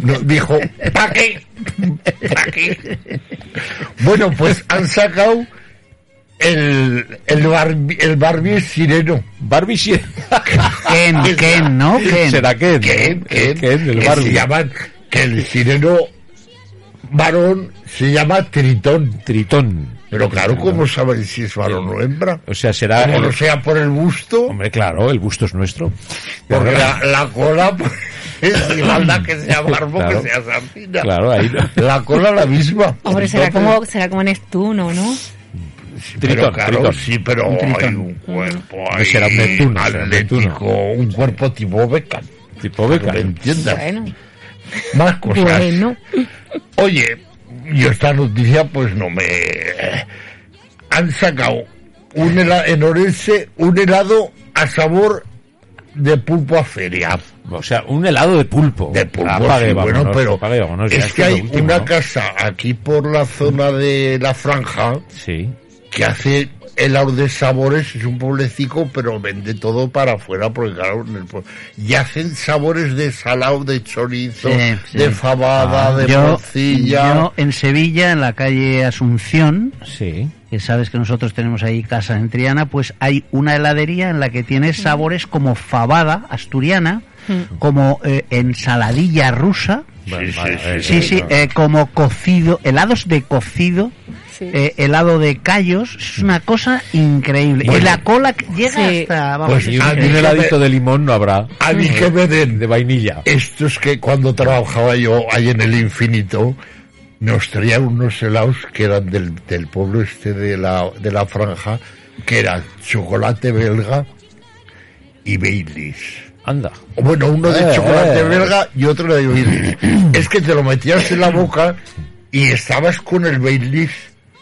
No, dijo, ¿pa' qué? ¿Pa' qué? Bueno, pues han sacado el, el, Barbie, el Barbie Sireno.
Barbie Sirena.
Ken, Ken, ¿no? Ken.
¿Será Ken?
que, que,
Ken, el
¿Eh? que se
Barbie.
llaman, que el sireno varón se llama Tritón.
Tritón.
Pero claro, ¿cómo saben si es varón o hembra?
O sea, será...
Como
el-
no sea por el busto,
Hombre, claro, el busto es nuestro.
porque la, la cola, pues, es igualdad que sea barbo
Claro.
que sea sartina.
Claro, ahí no.
La cola la misma.
Hombre, será
Entonces,
como, será como Neptuno, ¿no?
pero
Tritón,
claro,
tritón.
sí, pero
Un
un hay
tritón.
un cuerpo
No será
ahí
Neptuno, será
atlético,
Neptuno.
un cuerpo tipo Beckham.
Tipo
para
beca.
que entiendas.
Bueno,
Más
Pues
cosas.
bueno.
Oye, yo esta noticia pues no me... Han sacado un hela- en Orense un helado a sabor de pulpo a feria.
O sea, un helado de pulpo.
De pulpo,
Apague,
sí,
vámonos,
bueno, pero
apague, vámonos, ya
es que
lo
hay
último,
una
¿no?
casa aquí por la zona de la franja
Sí.
que hace helado de sabores, es un pueblecico, pero vende todo para afuera, porque claro, en el pue- y hacen sabores de salado, de chorizo,
Sí, sí. Ah,
de fabada, de morcilla.
yo en Sevilla, en la calle Asunción,
Sí.
que sabes que nosotros tenemos ahí casa en Triana, pues hay una heladería en la que tiene sabores como fabada asturiana, como eh, ensaladilla rusa,
Bueno, vale, a ver,
sí, sí,
bueno.
eh, como cocido, helados de cocido,
Sí.
eh, helado de callos, es una cosa increíble.
Bueno.
y la cola que llega
Sí.
hasta... Vamos,
Pues
es
Y un,
a mí
y un
que
heladito
me-
de limón no habrá.
A mí que me den
De vainilla.
Esto es que cuando trabajaba yo ahí en el infinito, nos traían unos helados que eran del, del pueblo este de la, de la franja, que eran chocolate belga y Baileys.
Anda.
O Bueno, uno de
Eh,
chocolate
eh.
belga y otro de Baileys. es que te lo metías en la boca y estabas con el Baileys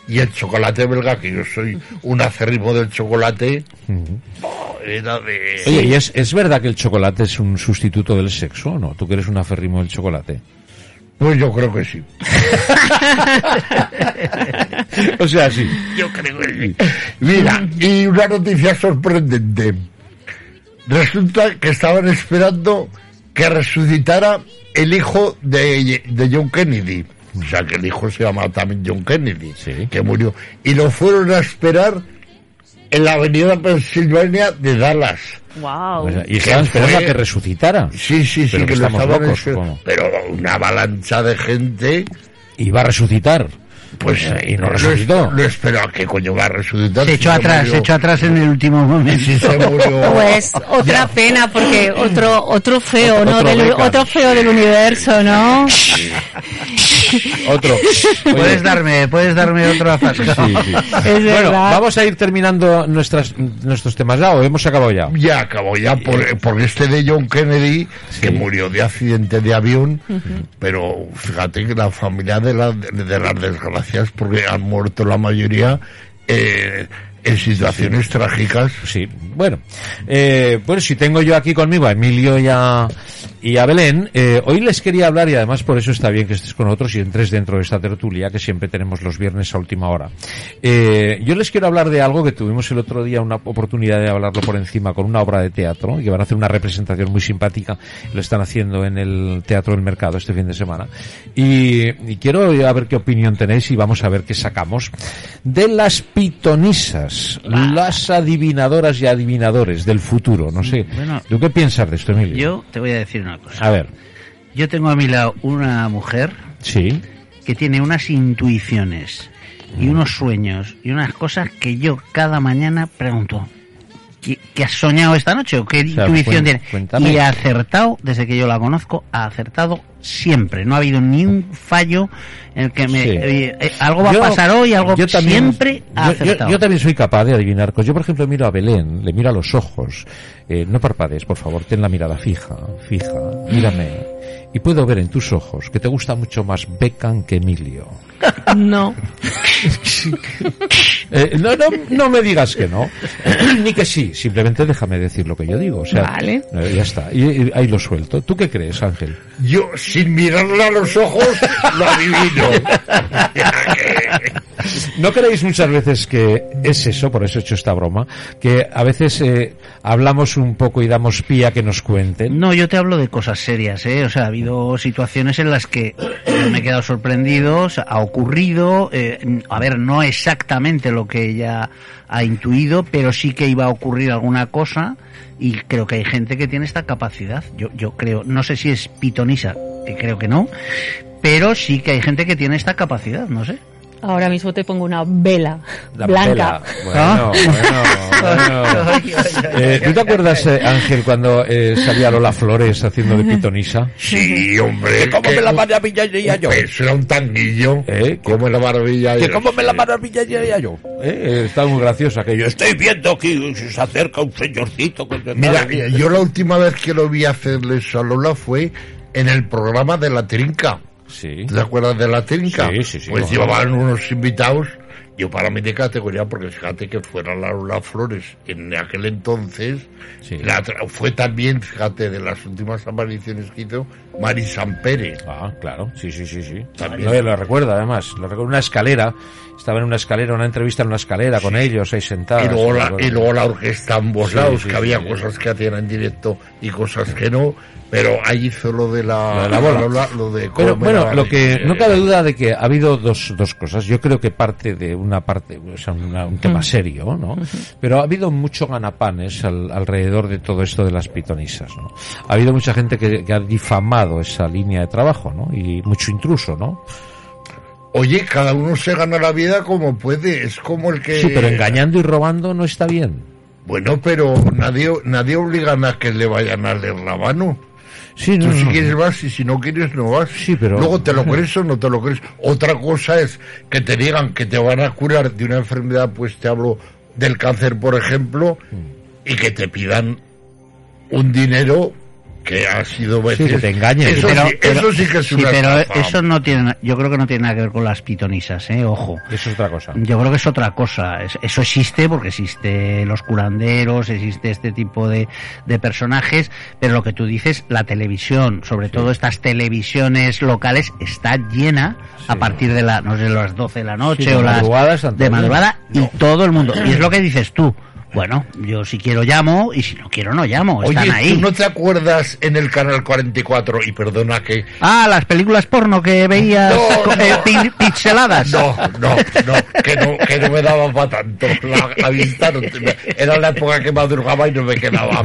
y el chocolate belga, que yo soy un acérrimo del chocolate. Oh, era de...
Oye, ¿y es, es verdad que el chocolate es un sustituto del sexo o no? Tú que eres un aferrimo del chocolate.
Pues yo creo que sí.
O sea, sí.
Yo creo que sí. Mira, y una noticia sorprendente. Resulta que estaban esperando que resucitara el hijo de, de John Kennedy. O sea, que el hijo se llama también John Kennedy,
Sí.
que murió. Y lo fueron a esperar en la avenida Pensilvania de Dallas.
Wow.
O sea, y estaban esperando
fue?
a que resucitara.
Sí, sí, sí,
Pero que
lo
estamos
estaban
locos,
esper-
¿cómo?
Pero una avalancha de gente...
Y va a resucitar.
Pues
Eh, y no
lo
resucitó.
es- Lo espero a que coño va a resucitar.
Se
si
echó atrás,
murió-
se echó atrás en el último momento.
si se murió.
Pues otra pena porque otro otro feo, ¿no?
Otro
del,
beca.
otro feo del universo, ¿no?
Otro. Oye,
Puedes darme, puedes darme otro atascado.
Sí, sí. bueno,
verdad.
vamos a ir terminando nuestras, nuestros temas ya o hemos acabado ya.
Ya acabó, ya por, por este de John Kennedy, que murió de accidente de avión, pero fíjate que la familia de, la- de las desgracias, porque han muerto la mayoría eh, en situaciones trágicas.
Sí, bueno. Eh, bueno, si tengo yo aquí conmigo a Emilio y a, y a Belén, eh, hoy les quería hablar, y además por eso está bien que estés con nosotros y entres dentro de esta tertulia que siempre tenemos los viernes a última hora. Eh, yo les quiero hablar de algo que tuvimos el otro día una oportunidad de hablarlo por encima con una obra de teatro, y que van a hacer una representación muy simpática, lo están haciendo en el Teatro del Mercado este fin de semana. Y, y quiero a ver qué opinión tenéis y vamos a ver qué sacamos de las pitonisas, las adivinadoras y adivinadores del futuro. No sé,
Bueno.
¿tú qué piensas de esto, Emilio?
Yo te voy a decir una cosa.
A ver,
Yo tengo a mi lado una mujer
sí,
que tiene unas intuiciones
Mm.
y unos sueños y unas cosas que yo cada mañana pregunto. ¿Qué, qué has soñado esta noche o
sea,
qué
pues cuen-
intuición tiene?
cuéntame.
Y ha acertado, desde que yo la conozco, ha acertado siempre. No ha habido ni un fallo en el que me...
Sí.
oye, eh, algo va
Yo-
a pasar hoy, algo
yo también-
siempre ha
yo- yo,
acertado.
yo también soy capaz de adivinar cosas. Yo, por ejemplo, miro a Belén, le miro a los ojos. Eh, no parpadees, por favor, ten la mirada fija, fija, mírame. Y puedo ver en tus ojos que te gusta mucho más Beckham que Emilio.
No.
Eh, no, no, no me digas que no, ni que sí, simplemente déjame decir lo que yo digo. O sea,
Vale.
eh, ya está, y, y ahí lo suelto. ¿Tú qué crees, Ángel?
Yo, sin mirarla a los ojos, lo adivino.
¿No creéis muchas veces que es eso, por eso he hecho esta broma, que a veces eh, hablamos un poco y damos pie a que nos cuenten?
No, yo te hablo de cosas serias, ¿eh? O sea, ha habido situaciones en las que me he quedado sorprendido, o sea, ha ocurrido, eh, a ver, no exactamente lo que ella ha intuido, pero sí que iba a ocurrir alguna cosa y creo que hay gente que tiene esta capacidad. Yo, yo creo, no sé si es pitonisa, que creo que no, pero sí que hay gente que tiene esta capacidad, no sé.
Ahora mismo te pongo una vela
La
blanca.
vela.
Ah.
Bueno, bueno, bueno. Eh, ¿Tú te acuerdas, eh, Ángel, cuando eh, salía Lola Flores haciendo de pitonisa?
Sí, hombre.
¿Cómo
que-
me la maravillaría yo?
Eso era un tanguillo.
¿Eh?
¿Cómo la maravilla?
¿Que ¿Cómo me la maravillaría yo?
Eh, está muy gracioso aquello.
Estoy viendo que se acerca un señorcito. con-
Mira, yo la última vez que lo vi hacerle eso a Lola fue en el programa de La Trinca.
Sí.
¿Te acuerdas de La Trinca?
Sí, sí, sí,
Pues
ojalá.
llevaban unos invitados, yo para mí de categoría, porque fíjate que fuera la Lola Flores en aquel entonces,
Sí.
la tra- fue también, fíjate, de las últimas apariciones que hizo, Marisan Pérez.
Ah, claro, sí, sí, sí, sí.
También.
No, eh, lo recuerdo, además. Lo recuerdo. Una escalera. Estaba en una escalera, una entrevista en una escalera con ellos, ahí sentados.
Y luego, la, y luego la orquesta a ambos
Sí,
lados,
sí,
que
sí,
había
sí.
cosas que hacían en directo y cosas que no, pero ahí hizo lo de la,
Lo de la bola.
lo de
Pero,
cómo me
bueno,
la-
lo que no
eh,
cabe duda de que ha habido dos, dos cosas. Yo creo que parte de una parte, o sea, una- un tema serio, ¿no? Pero ha habido mucho ganapanes al- alrededor de todo esto de las pitonisas, ¿no? Ha habido mucha gente que, que ha difamado esa línea de trabajo, ¿no? Y mucho intruso, ¿no?
Oye, cada uno se gana la vida como puede, es como el que...
Sí, pero engañando y robando no está bien.
Bueno, pero nadie, nadie obliga a que le vayan a leer la mano.
Sí,
Tú
no,
si
no,
quieres vas y si no quieres no vas.
Sí, pero-
Luego te lo crees o no te lo crees. Otra cosa es que te digan que te van a curar de una enfermedad, pues te hablo del cáncer, por ejemplo, y que te pidan un dinero que ha sido veces...
que te engañen.
Eso,
Pero-
sí,
pero-
eso sí que es
sí,
una
pero
estafa.
eso no tiene, na- yo creo que no tiene nada que ver con las pitonisas, eh, ojo.
Eso es otra cosa.
Yo creo que es otra cosa. Es- Eso existe porque existe los curanderos, existe este tipo de, de personajes, pero lo que tú dices, la televisión, sobre todo estas televisiones locales, está llena a partir de la, no sé, las 12 de la noche
Sí, de
o las
madrugada están
de
todos
madrugada y todo el mundo. Y es lo que dices tú. Bueno, yo si quiero llamo y si no quiero no llamo.
Oye,
Están ahí.
¿tú no te acuerdas en el Canal 44? Y perdona que...
Ah, las películas porno que veías
No,
co-
no.
eh, pi- pixeladas.
No, no, no, que no, que no me daba para tanto. La, la vista no te- era la época que madrugaba y no me quedaba.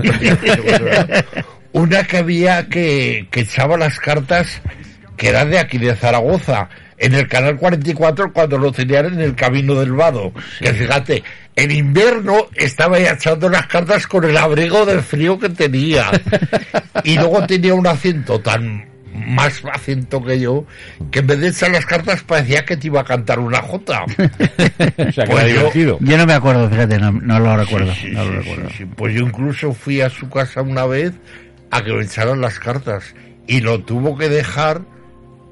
Una que había que, que echaba las cartas, que era de aquí, de Zaragoza, en el canal 44, cuando lo tenían en el camino del vado. Que fíjate, en invierno estaba ya echando las cartas con el abrigo del frío que tenía. Y luego tenía un acento tan más acento que yo, que en vez de echar las cartas parecía que te iba a cantar una jota.
o sea, que
Pues
era
yo-
divertido.
Yo no me acuerdo, fíjate, no, no lo recuerdo.
Sí,
no lo
sí,
recuerdo.
sí, sí. Pues yo incluso fui a su casa una vez a que me echaran las cartas y lo tuvo que dejar,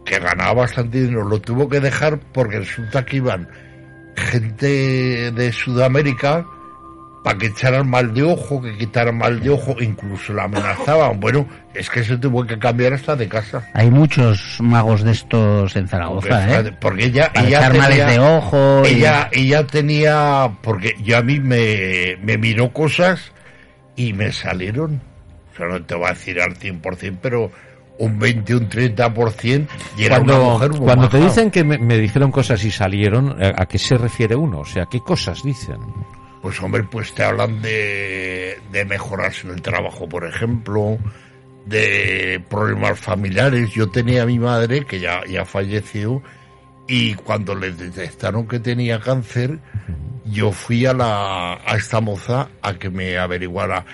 que ganaba bastante dinero, lo tuvo que dejar porque resulta que iban gente de Sudamérica para que echaran mal de ojo, que quitaran mal de ojo, incluso la amenazaban. Bueno, es que se tuvo que cambiar hasta de casa.
Hay muchos magos de estos en
Porque,
Zaragoza, ¿eh?
porque ella,
Para
ella
echar males de ojo. y-
ella, ella tenía, porque yo a mí me, me miró cosas y me salieron. O sea, no te voy a decir al 100%, pero un 20, un 30% y era
Cuando,
una mujer muy
cuando te
maja.
dicen que me, me dijeron cosas y salieron, eh, ¿a a qué se refiere uno? O sea, ¿qué cosas dicen?
Pues hombre, pues te hablan de, de mejoras en el trabajo, por ejemplo, de problemas familiares. Yo tenía a mi madre, que ya, ya falleció, y cuando le detectaron que tenía cáncer, yo fui a, la, a esta moza a que me averiguara.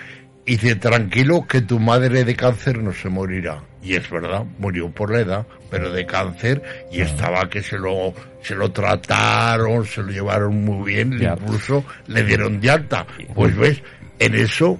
Y dice, tranquilo, que tu madre de cáncer no se morirá. Y es verdad, murió por la edad, pero de cáncer,
Ah.
y estaba que se lo, se lo trataron, se lo llevaron muy bien,
Ya.
incluso le dieron de alta. Pues ves, en eso...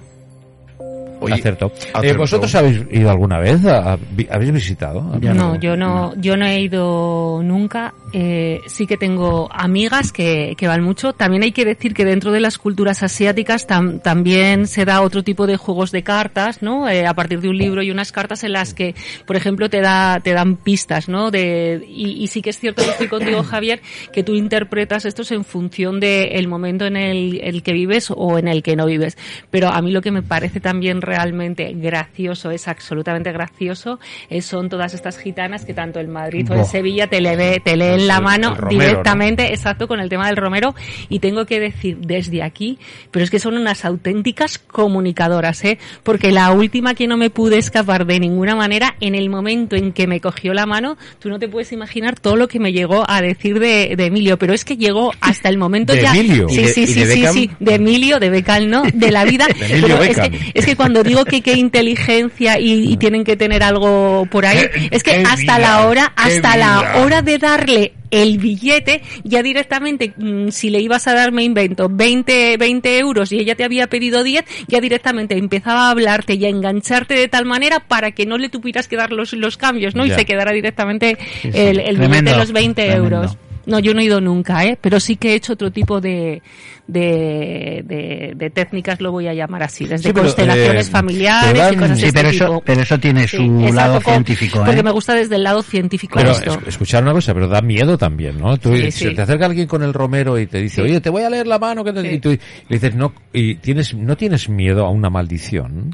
oye,
Acertó. Eh,
acertó.
¿Vosotros habéis ido alguna vez? a- a- vi- ¿Habéis visitado?
No, yo no, yo no he ido nunca. Eh, sí que tengo amigas que, que van mucho. También hay que decir que dentro de las culturas asiáticas tam- también se da otro tipo de juegos de cartas, ¿no? Eh, a partir de un libro y unas cartas en las que, por ejemplo, te da, te dan pistas, ¿no? De, y, y sí que es cierto que estoy contigo, Javier, que tú interpretas estos en función del momento en el, el que vives o en el que no vives. Pero a mí lo que me parece también realmente gracioso, es absolutamente gracioso, eh, son todas estas gitanas que tanto en Madrid o en
Buah.
Sevilla te, le ve- te leen la
El-
mano
el romero,
directamente, exacto, con el tema del romero. Y tengo que decir desde aquí, pero es que son unas auténticas comunicadoras, ¿eh? Porque la última que no me pude escapar de ninguna manera, en el momento en que me cogió la mano, tú no te puedes imaginar todo lo que me llegó a decir de, de Emilio, pero es que llegó hasta el momento
¿De
ya.
Emilio?
Sí,
¿Y de-
sí,
y de
sí, sí,
Beckham?
sí, de Emilio, de Beckham, ¿no? De la vida.
Emilio
Pero es,
Beckham.
que, es que cuando digo que qué inteligencia y, y tienen que tener algo por ahí,
Qué-
es que
qué
hasta
vida,
la hora,
qué
hasta la
vida.
hora de darle el billete, ya directamente, mm, si le ibas a dar, me invento, 20, 20 euros y ella te había pedido 10, ya directamente empezaba a hablarte y a engancharte de tal manera para que no le tuvieras que dar los, los cambios, ¿no?
Ya.
Y se quedara directamente el, el billete
Tremendo,
de los 20
tremendo.
euros. No, yo no he ido nunca, ¿eh? pero sí que he hecho otro tipo de, de, de- de técnicas, lo voy a llamar así, desde
Sí, pero,
constelaciones
eh,
familiares
te dan-
y cosas de
Sí,
este
pero eso,
tipo.
pero eso tiene
Sí,
su
exacto,
lado
por-
científico,
Porque
¿eh?
me gusta desde el lado científico
Pero
esto.
es- escuchar una cosa, pero da miedo también, ¿no? Tú,
Sí,
si
sí.
te acerca alguien con el romero y te dice,
Sí.
oye, te voy a leer la mano, que te-
Sí.
y tú y le dices, no, y tienes, no tienes miedo a una maldición,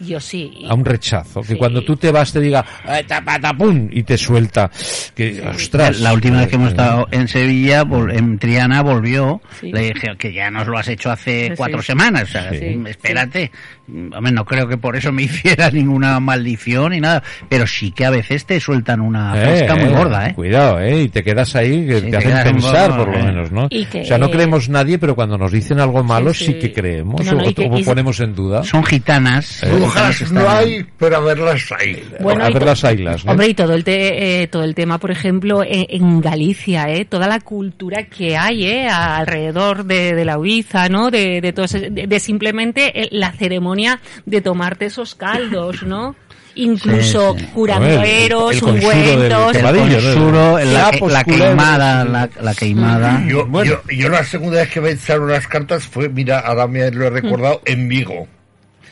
Yo sí.
a un rechazo, que
Sí.
cuando tú te vas te diga, "Eh, ta, pa, ta, pum", y te suelta, que, ostras.
La última vez que hemos
eh,
estado en Sevilla, vol- en Triana, volvió.
Sí.
Le dije que ya nos lo has hecho hace
Sí,
cuatro
sí.
semanas. O sea,
Sí.
espérate. Hombre, no creo que por eso me hiciera ninguna maldición ni nada. Pero sí que a veces te sueltan una
eh,
fresca muy
eh,
gorda, ¿eh?
Cuidado, eh, y te quedas ahí, que
Sí,
te,
te
hacen
quedas en
pensar,
gordo,
por lo
eh.
menos, ¿no?
Y que-
o sea, no creemos nadie, pero cuando nos dicen algo malo sí,
sí.
que creemos,
No, no,
o,
y que-
o
y-
ponemos en duda.
Son gitanas.
Eh.
gitanas que
Brujas
están-
no hay, pero a verlas hay.
Bueno,
a
y
ver
to-
las ailas, ¿no?
Hombre, y todo el, te- eh, todo el tema, por ejemplo, eh, en Galicia, ¿eh? toda la cultura que hay ¿eh? alrededor de, de la Uiza, ¿no? De, de, todo ese- de, de simplemente eh, la ceremonia de tomarte esos caldos, ¿no? Incluso
A
Sí, sí.
ver, el
curanderos,
conjuro del-
ungüentos,
del-
El
Vadillo, ¿no?
consuro, la,
Sapos,
la
culebras,
queimada,
sí.
la, la queimada.
Yo, yo, yo la segunda vez que me echaron las cartas fue, mira, ahora me lo he recordado,
Mm.
en Vigo.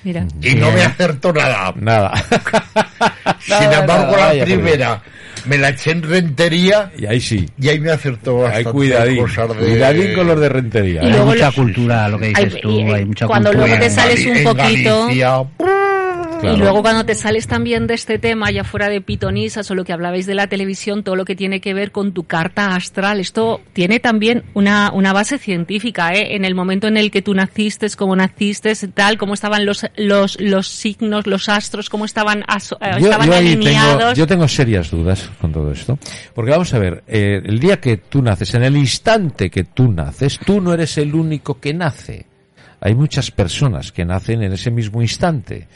Mira.
Y no me acertó nada.
Nada.
Sin
Nada,
embargo,
nada,
la
vaya,
primera me la eché en rentería
Y ahí sí.
y ahí me acertó
Hay
bastante.
cuidadín.
cosas de-
Cuidadín con los de rentería.
Y
Hay
¿eh?
luego
mucha
lo-
cultura, lo que dices
Ay,
tú.
y- eh,
Hay mucha
cuando
cultura.
luego te
en
sales un
Gali- en
poquito.
Galicia.
Claro.
Y luego cuando te sales también de este tema, ya fuera de pitonisas o lo que hablabais de la televisión, todo lo que tiene que ver con tu carta astral, esto tiene también una, una base científica, ¿eh? En el momento en el que tú naciste, cómo naciste, tal, cómo estaban los, los, los signos, los astros, cómo estaban, aso- eh,
Yo,
estaban
yo ahí tengo,
alineados.
yo tengo serias dudas con todo esto. Porque vamos a ver, eh, el día que tú naces, en el instante que tú naces, tú no eres el único que nace. Hay muchas personas que nacen en ese mismo instante.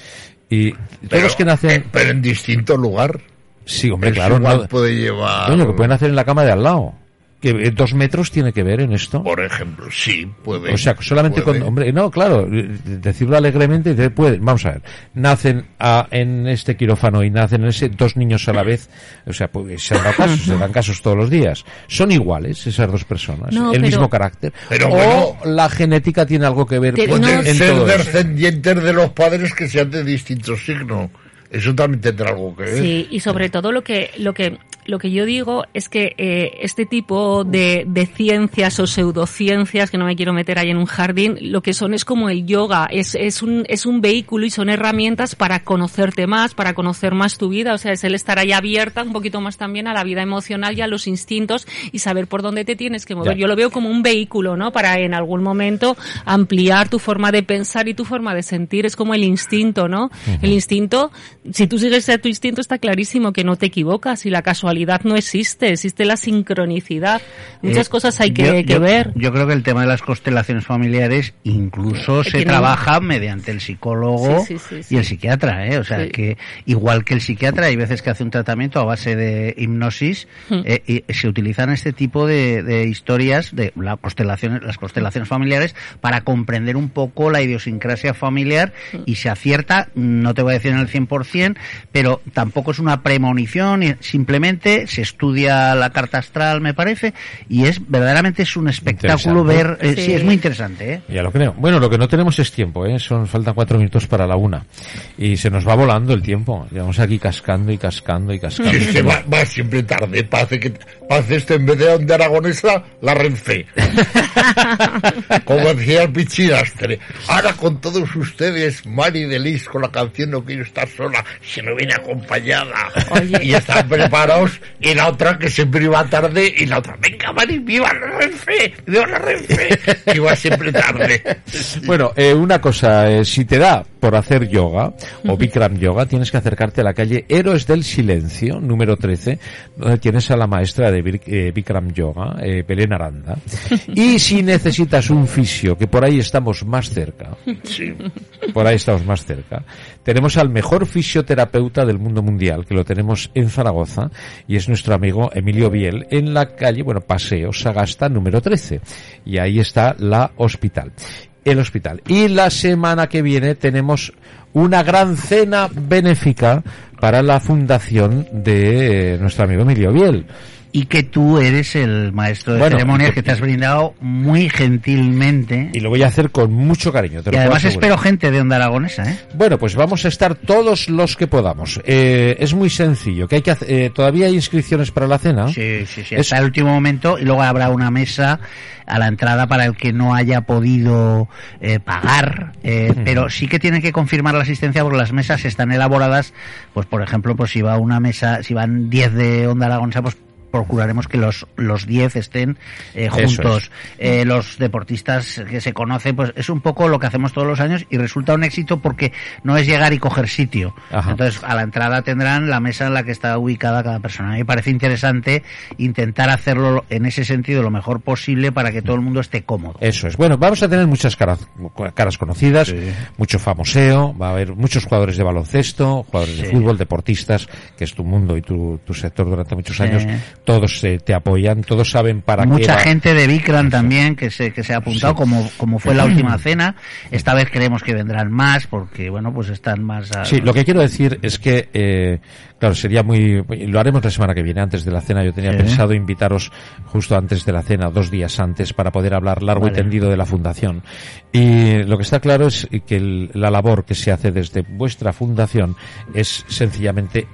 Y todos los que
eh,
nacen...
pero en distinto lugar.
Sí, hombre,
El
claro.
igual pues, ah,
No,
puede llevar.
coño, que pueden hacer en la cama de al lado. Que eh, dos metros tiene que ver en esto.
Por ejemplo, sí, puede.
O sea, solamente
puede.
con... Hombre, no, claro, eh, decirlo alegremente, te puede, vamos a ver, nacen a- en este quirófano y nacen en ese dos niños a la vez, o sea, pues, se, han dado casos, se dan casos todos los días. ¿Son iguales esas dos personas?
No,
¿El
pero-
mismo carácter?
Pero
¿O
bueno-
la genética tiene algo que ver
Te-
con-
no,
Pueden
en
ser
todo eso?
descendientes de los padres que sean de distintos signos. Eso también tendrá algo que ver.
Sí, y sobre todo lo que, lo que, lo que yo digo es que eh, este tipo de, de ciencias o pseudociencias, que no me quiero meter ahí en un jardín, lo que son es como el yoga, es, es, un, es un vehículo y son herramientas para conocerte más, para conocer más tu vida, o sea, es el estar ahí abierta un poquito más también a la vida emocional y a los instintos y saber por dónde te tienes que mover.
Ya.
Yo lo veo como un vehículo, ¿no? Para en algún momento ampliar tu forma de pensar y tu forma de sentir. Es como el instinto, ¿no? El instinto, si tú sigues a tu instinto, está clarísimo que no te equivocas y la casualidad no existe. Existe la sincronicidad. Muchas
Eh,
cosas hay que,
yo-
que
yo-
ver.
Yo creo que el tema de las constelaciones familiares incluso se
tiene-
trabaja mediante el psicólogo
Sí, sí, sí, sí.
y el psiquiatra, ¿eh? O sea,
Sí.
que igual que el psiquiatra, hay veces que hace un tratamiento a base de hipnosis,
Hmm.
eh, y se utilizan este tipo de, de historias, de la constelaciones, las constelaciones familiares, para comprender un poco la idiosincrasia familiar
Hmm.
y se acierta, no te voy a decir en el 100%, pero tampoco es una premonición, simplemente gente, se estudia la carta astral, me parece, y es verdaderamente es un espectáculo ver,
Interesante.
eh, sí.
Sí.
es muy interesante, ¿eh?
Ya lo creo. Bueno, lo que no tenemos es tiempo, ¿eh? Son, faltan cuatro minutos para la una. Y se nos va volando el tiempo. Llevamos aquí cascando y cascando y cascando.
Sí, se va, va siempre tarde. Parece que parece esto en vez de onda aragonesa, la Renfe. Como decía el pichirastre. Ahora con todos ustedes, Mari Delis con la canción No quiero estar sola, si no viene acompañada. Y están preparados. Y la otra que siempre iba tarde. Y la otra, venga Mari, viva la Renfe, viva la Renfe. Que iba siempre tarde.
Bueno, eh, una cosa, eh, si te da por hacer yoga o Bikram yoga, tienes que acercarte a la calle Héroes del Silencio, número 13, donde tienes a la maestra de Bir- eh, Bikram yoga, eh, Belén Aranda. Y si necesitas un fisio, que por ahí estamos más cerca, por ahí estamos más cerca, tenemos al mejor fisioterapeuta del mundo mundial, que lo tenemos en Zaragoza, y es nuestro amigo Emilio Biel, en la calle, bueno, Paseo Sagasta, número 13. Y ahí está la hospital el hospital. Y la semana que viene tenemos una gran cena benéfica para la fundación de eh, nuestro amigo Emilio Biel.
Y que tú eres el maestro de
Bueno,
ceremonias
y que-
que, te has brindado muy gentilmente.
Y lo voy a hacer con mucho cariño. te
Y
lo puedo
además
asegurar.
espero gente de onda aragonesa, ¿eh?
Bueno, pues vamos a estar todos los que podamos. Eh, es muy sencillo. Que hay que hacer- eh, Todavía hay inscripciones para la cena.
Sí, sí, sí,
Es-
hasta el último momento y luego habrá una mesa a la entrada para el que no haya podido eh, pagar, eh, pero sí que tienen que confirmar la asistencia porque las mesas están elaboradas, pues por ejemplo, pues si va una mesa, si van 10 de Onda Aragonesa, pues procuraremos que los los 10 estén eh,
Eso
juntos. Eh, los deportistas que se conocen, pues es un poco lo que hacemos todos los años y resulta un éxito porque no es llegar y coger sitio.
Ajá.
Entonces, entonces, a la entrada tendrán la mesa en la que está ubicada cada persona. A mí me parece interesante intentar hacerlo en ese sentido lo mejor posible para que todo el mundo esté cómodo.
Eso es. Bueno, vamos a tener muchas caras, caras conocidas, mucho famoseo, va a haber muchos jugadores de baloncesto, jugadores de
Sí.
fútbol, deportistas, que es tu mundo y tu, tu sector durante muchos
Sí.
años. Todos eh, te apoyan, todos saben para qué.
Mucha
va.
gente de Vikram también que se, que se ha apuntado, como, como fue la última cena. Esta vez creemos que vendrán más porque, bueno, pues están más... a-
Sí, lo que quiero decir es que, eh, claro, sería muy, muy- Lo haremos la semana que viene, antes de la cena. Yo tenía
Sí.
pensado invitaros justo antes de la cena, dos días antes, para poder hablar largo y
Vale.
tendido de la fundación. Y lo que está claro es que el- la labor que se hace desde vuestra fundación es sencillamente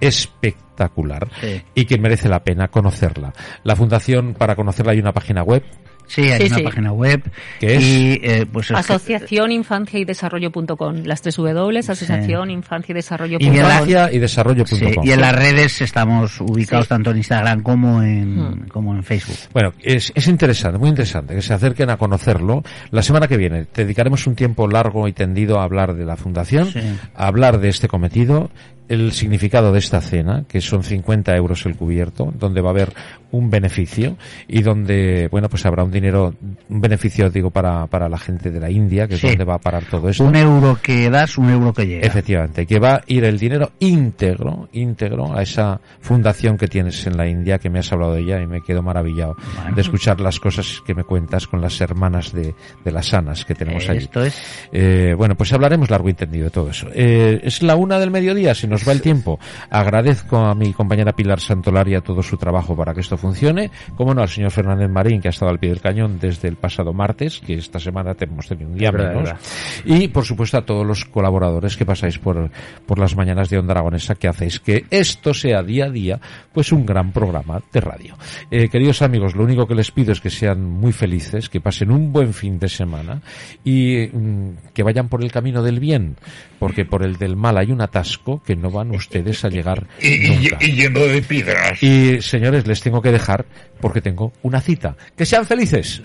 espectacular
Sí.
y que merece la pena conocerla. La fundación, para conocerla, hay una página web.
Sí, hay
Sí,
una
sí.
página web.
¿Qué es?
Y, eh, pues es que-
Asociación Infancia y Desarrollo.com. Las tres W, Asociación Infancia y Desarrollo.
Y gracias.
Gracia y desarrollo.com.
sí, y en las redes estamos ubicados
Sí. Mm.
tanto en Instagram como en, como en Facebook.
Bueno, es, es interesante, muy interesante que se acerquen a conocerlo. La semana que viene te dedicaremos un tiempo largo y tendido a hablar de la fundación,
Sí.
a hablar de este cometido, el significado de esta cena, que son 50 euros el cubierto, donde va a haber un beneficio y donde, bueno, pues habrá un dinero, un beneficio, digo, para, para la gente de la India, que
Sí.
es donde va a parar todo esto.
Un euro que das, un euro que llega.
Pues Efectivamente, que va a ir el dinero íntegro, íntegro a esa fundación que tienes en la India, que me has hablado de ella y me quedo maravillado de escuchar las cosas que me cuentas con las hermanas de, de las sanas que tenemos allí.
Esto es
Eh, bueno, pues hablaremos largo y tendido de todo eso. Eh, es la una del mediodía, se nos va el tiempo. Agradezco a mi compañera Pilar Santolari a todo su trabajo para que esto funcione. Como no, al señor Fernández Marín, que ha estado al pie del cañón desde el pasado martes, que esta semana tenemos tenido un día
Verdad,
menos.
verdad.
Y, por supuesto, a todos los colaboradores que pasáis por, por las mañanas de Onda Aragonesa, que hacéis que esto sea día a día, pues un gran programa de radio. Eh, queridos amigos, lo único que les pido es que sean muy felices, que pasen un buen fin de semana y mm, que vayan por el camino del bien, porque por el del mal hay un atasco que no van ustedes a llegar
Y, y-
nunca.
y lleno de piedras.
Y, señores, les tengo que dejar porque tengo una cita. ¡Que sean felices!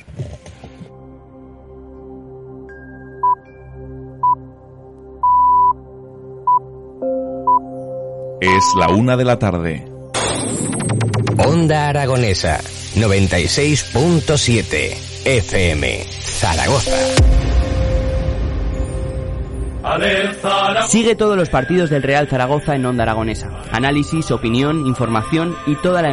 Es la una de la tarde.
Onda Aragonesa 96.7 FM Zaragoza.
Sigue todos los partidos del Real Zaragoza en Onda Aragonesa. Análisis, opinión, información y toda la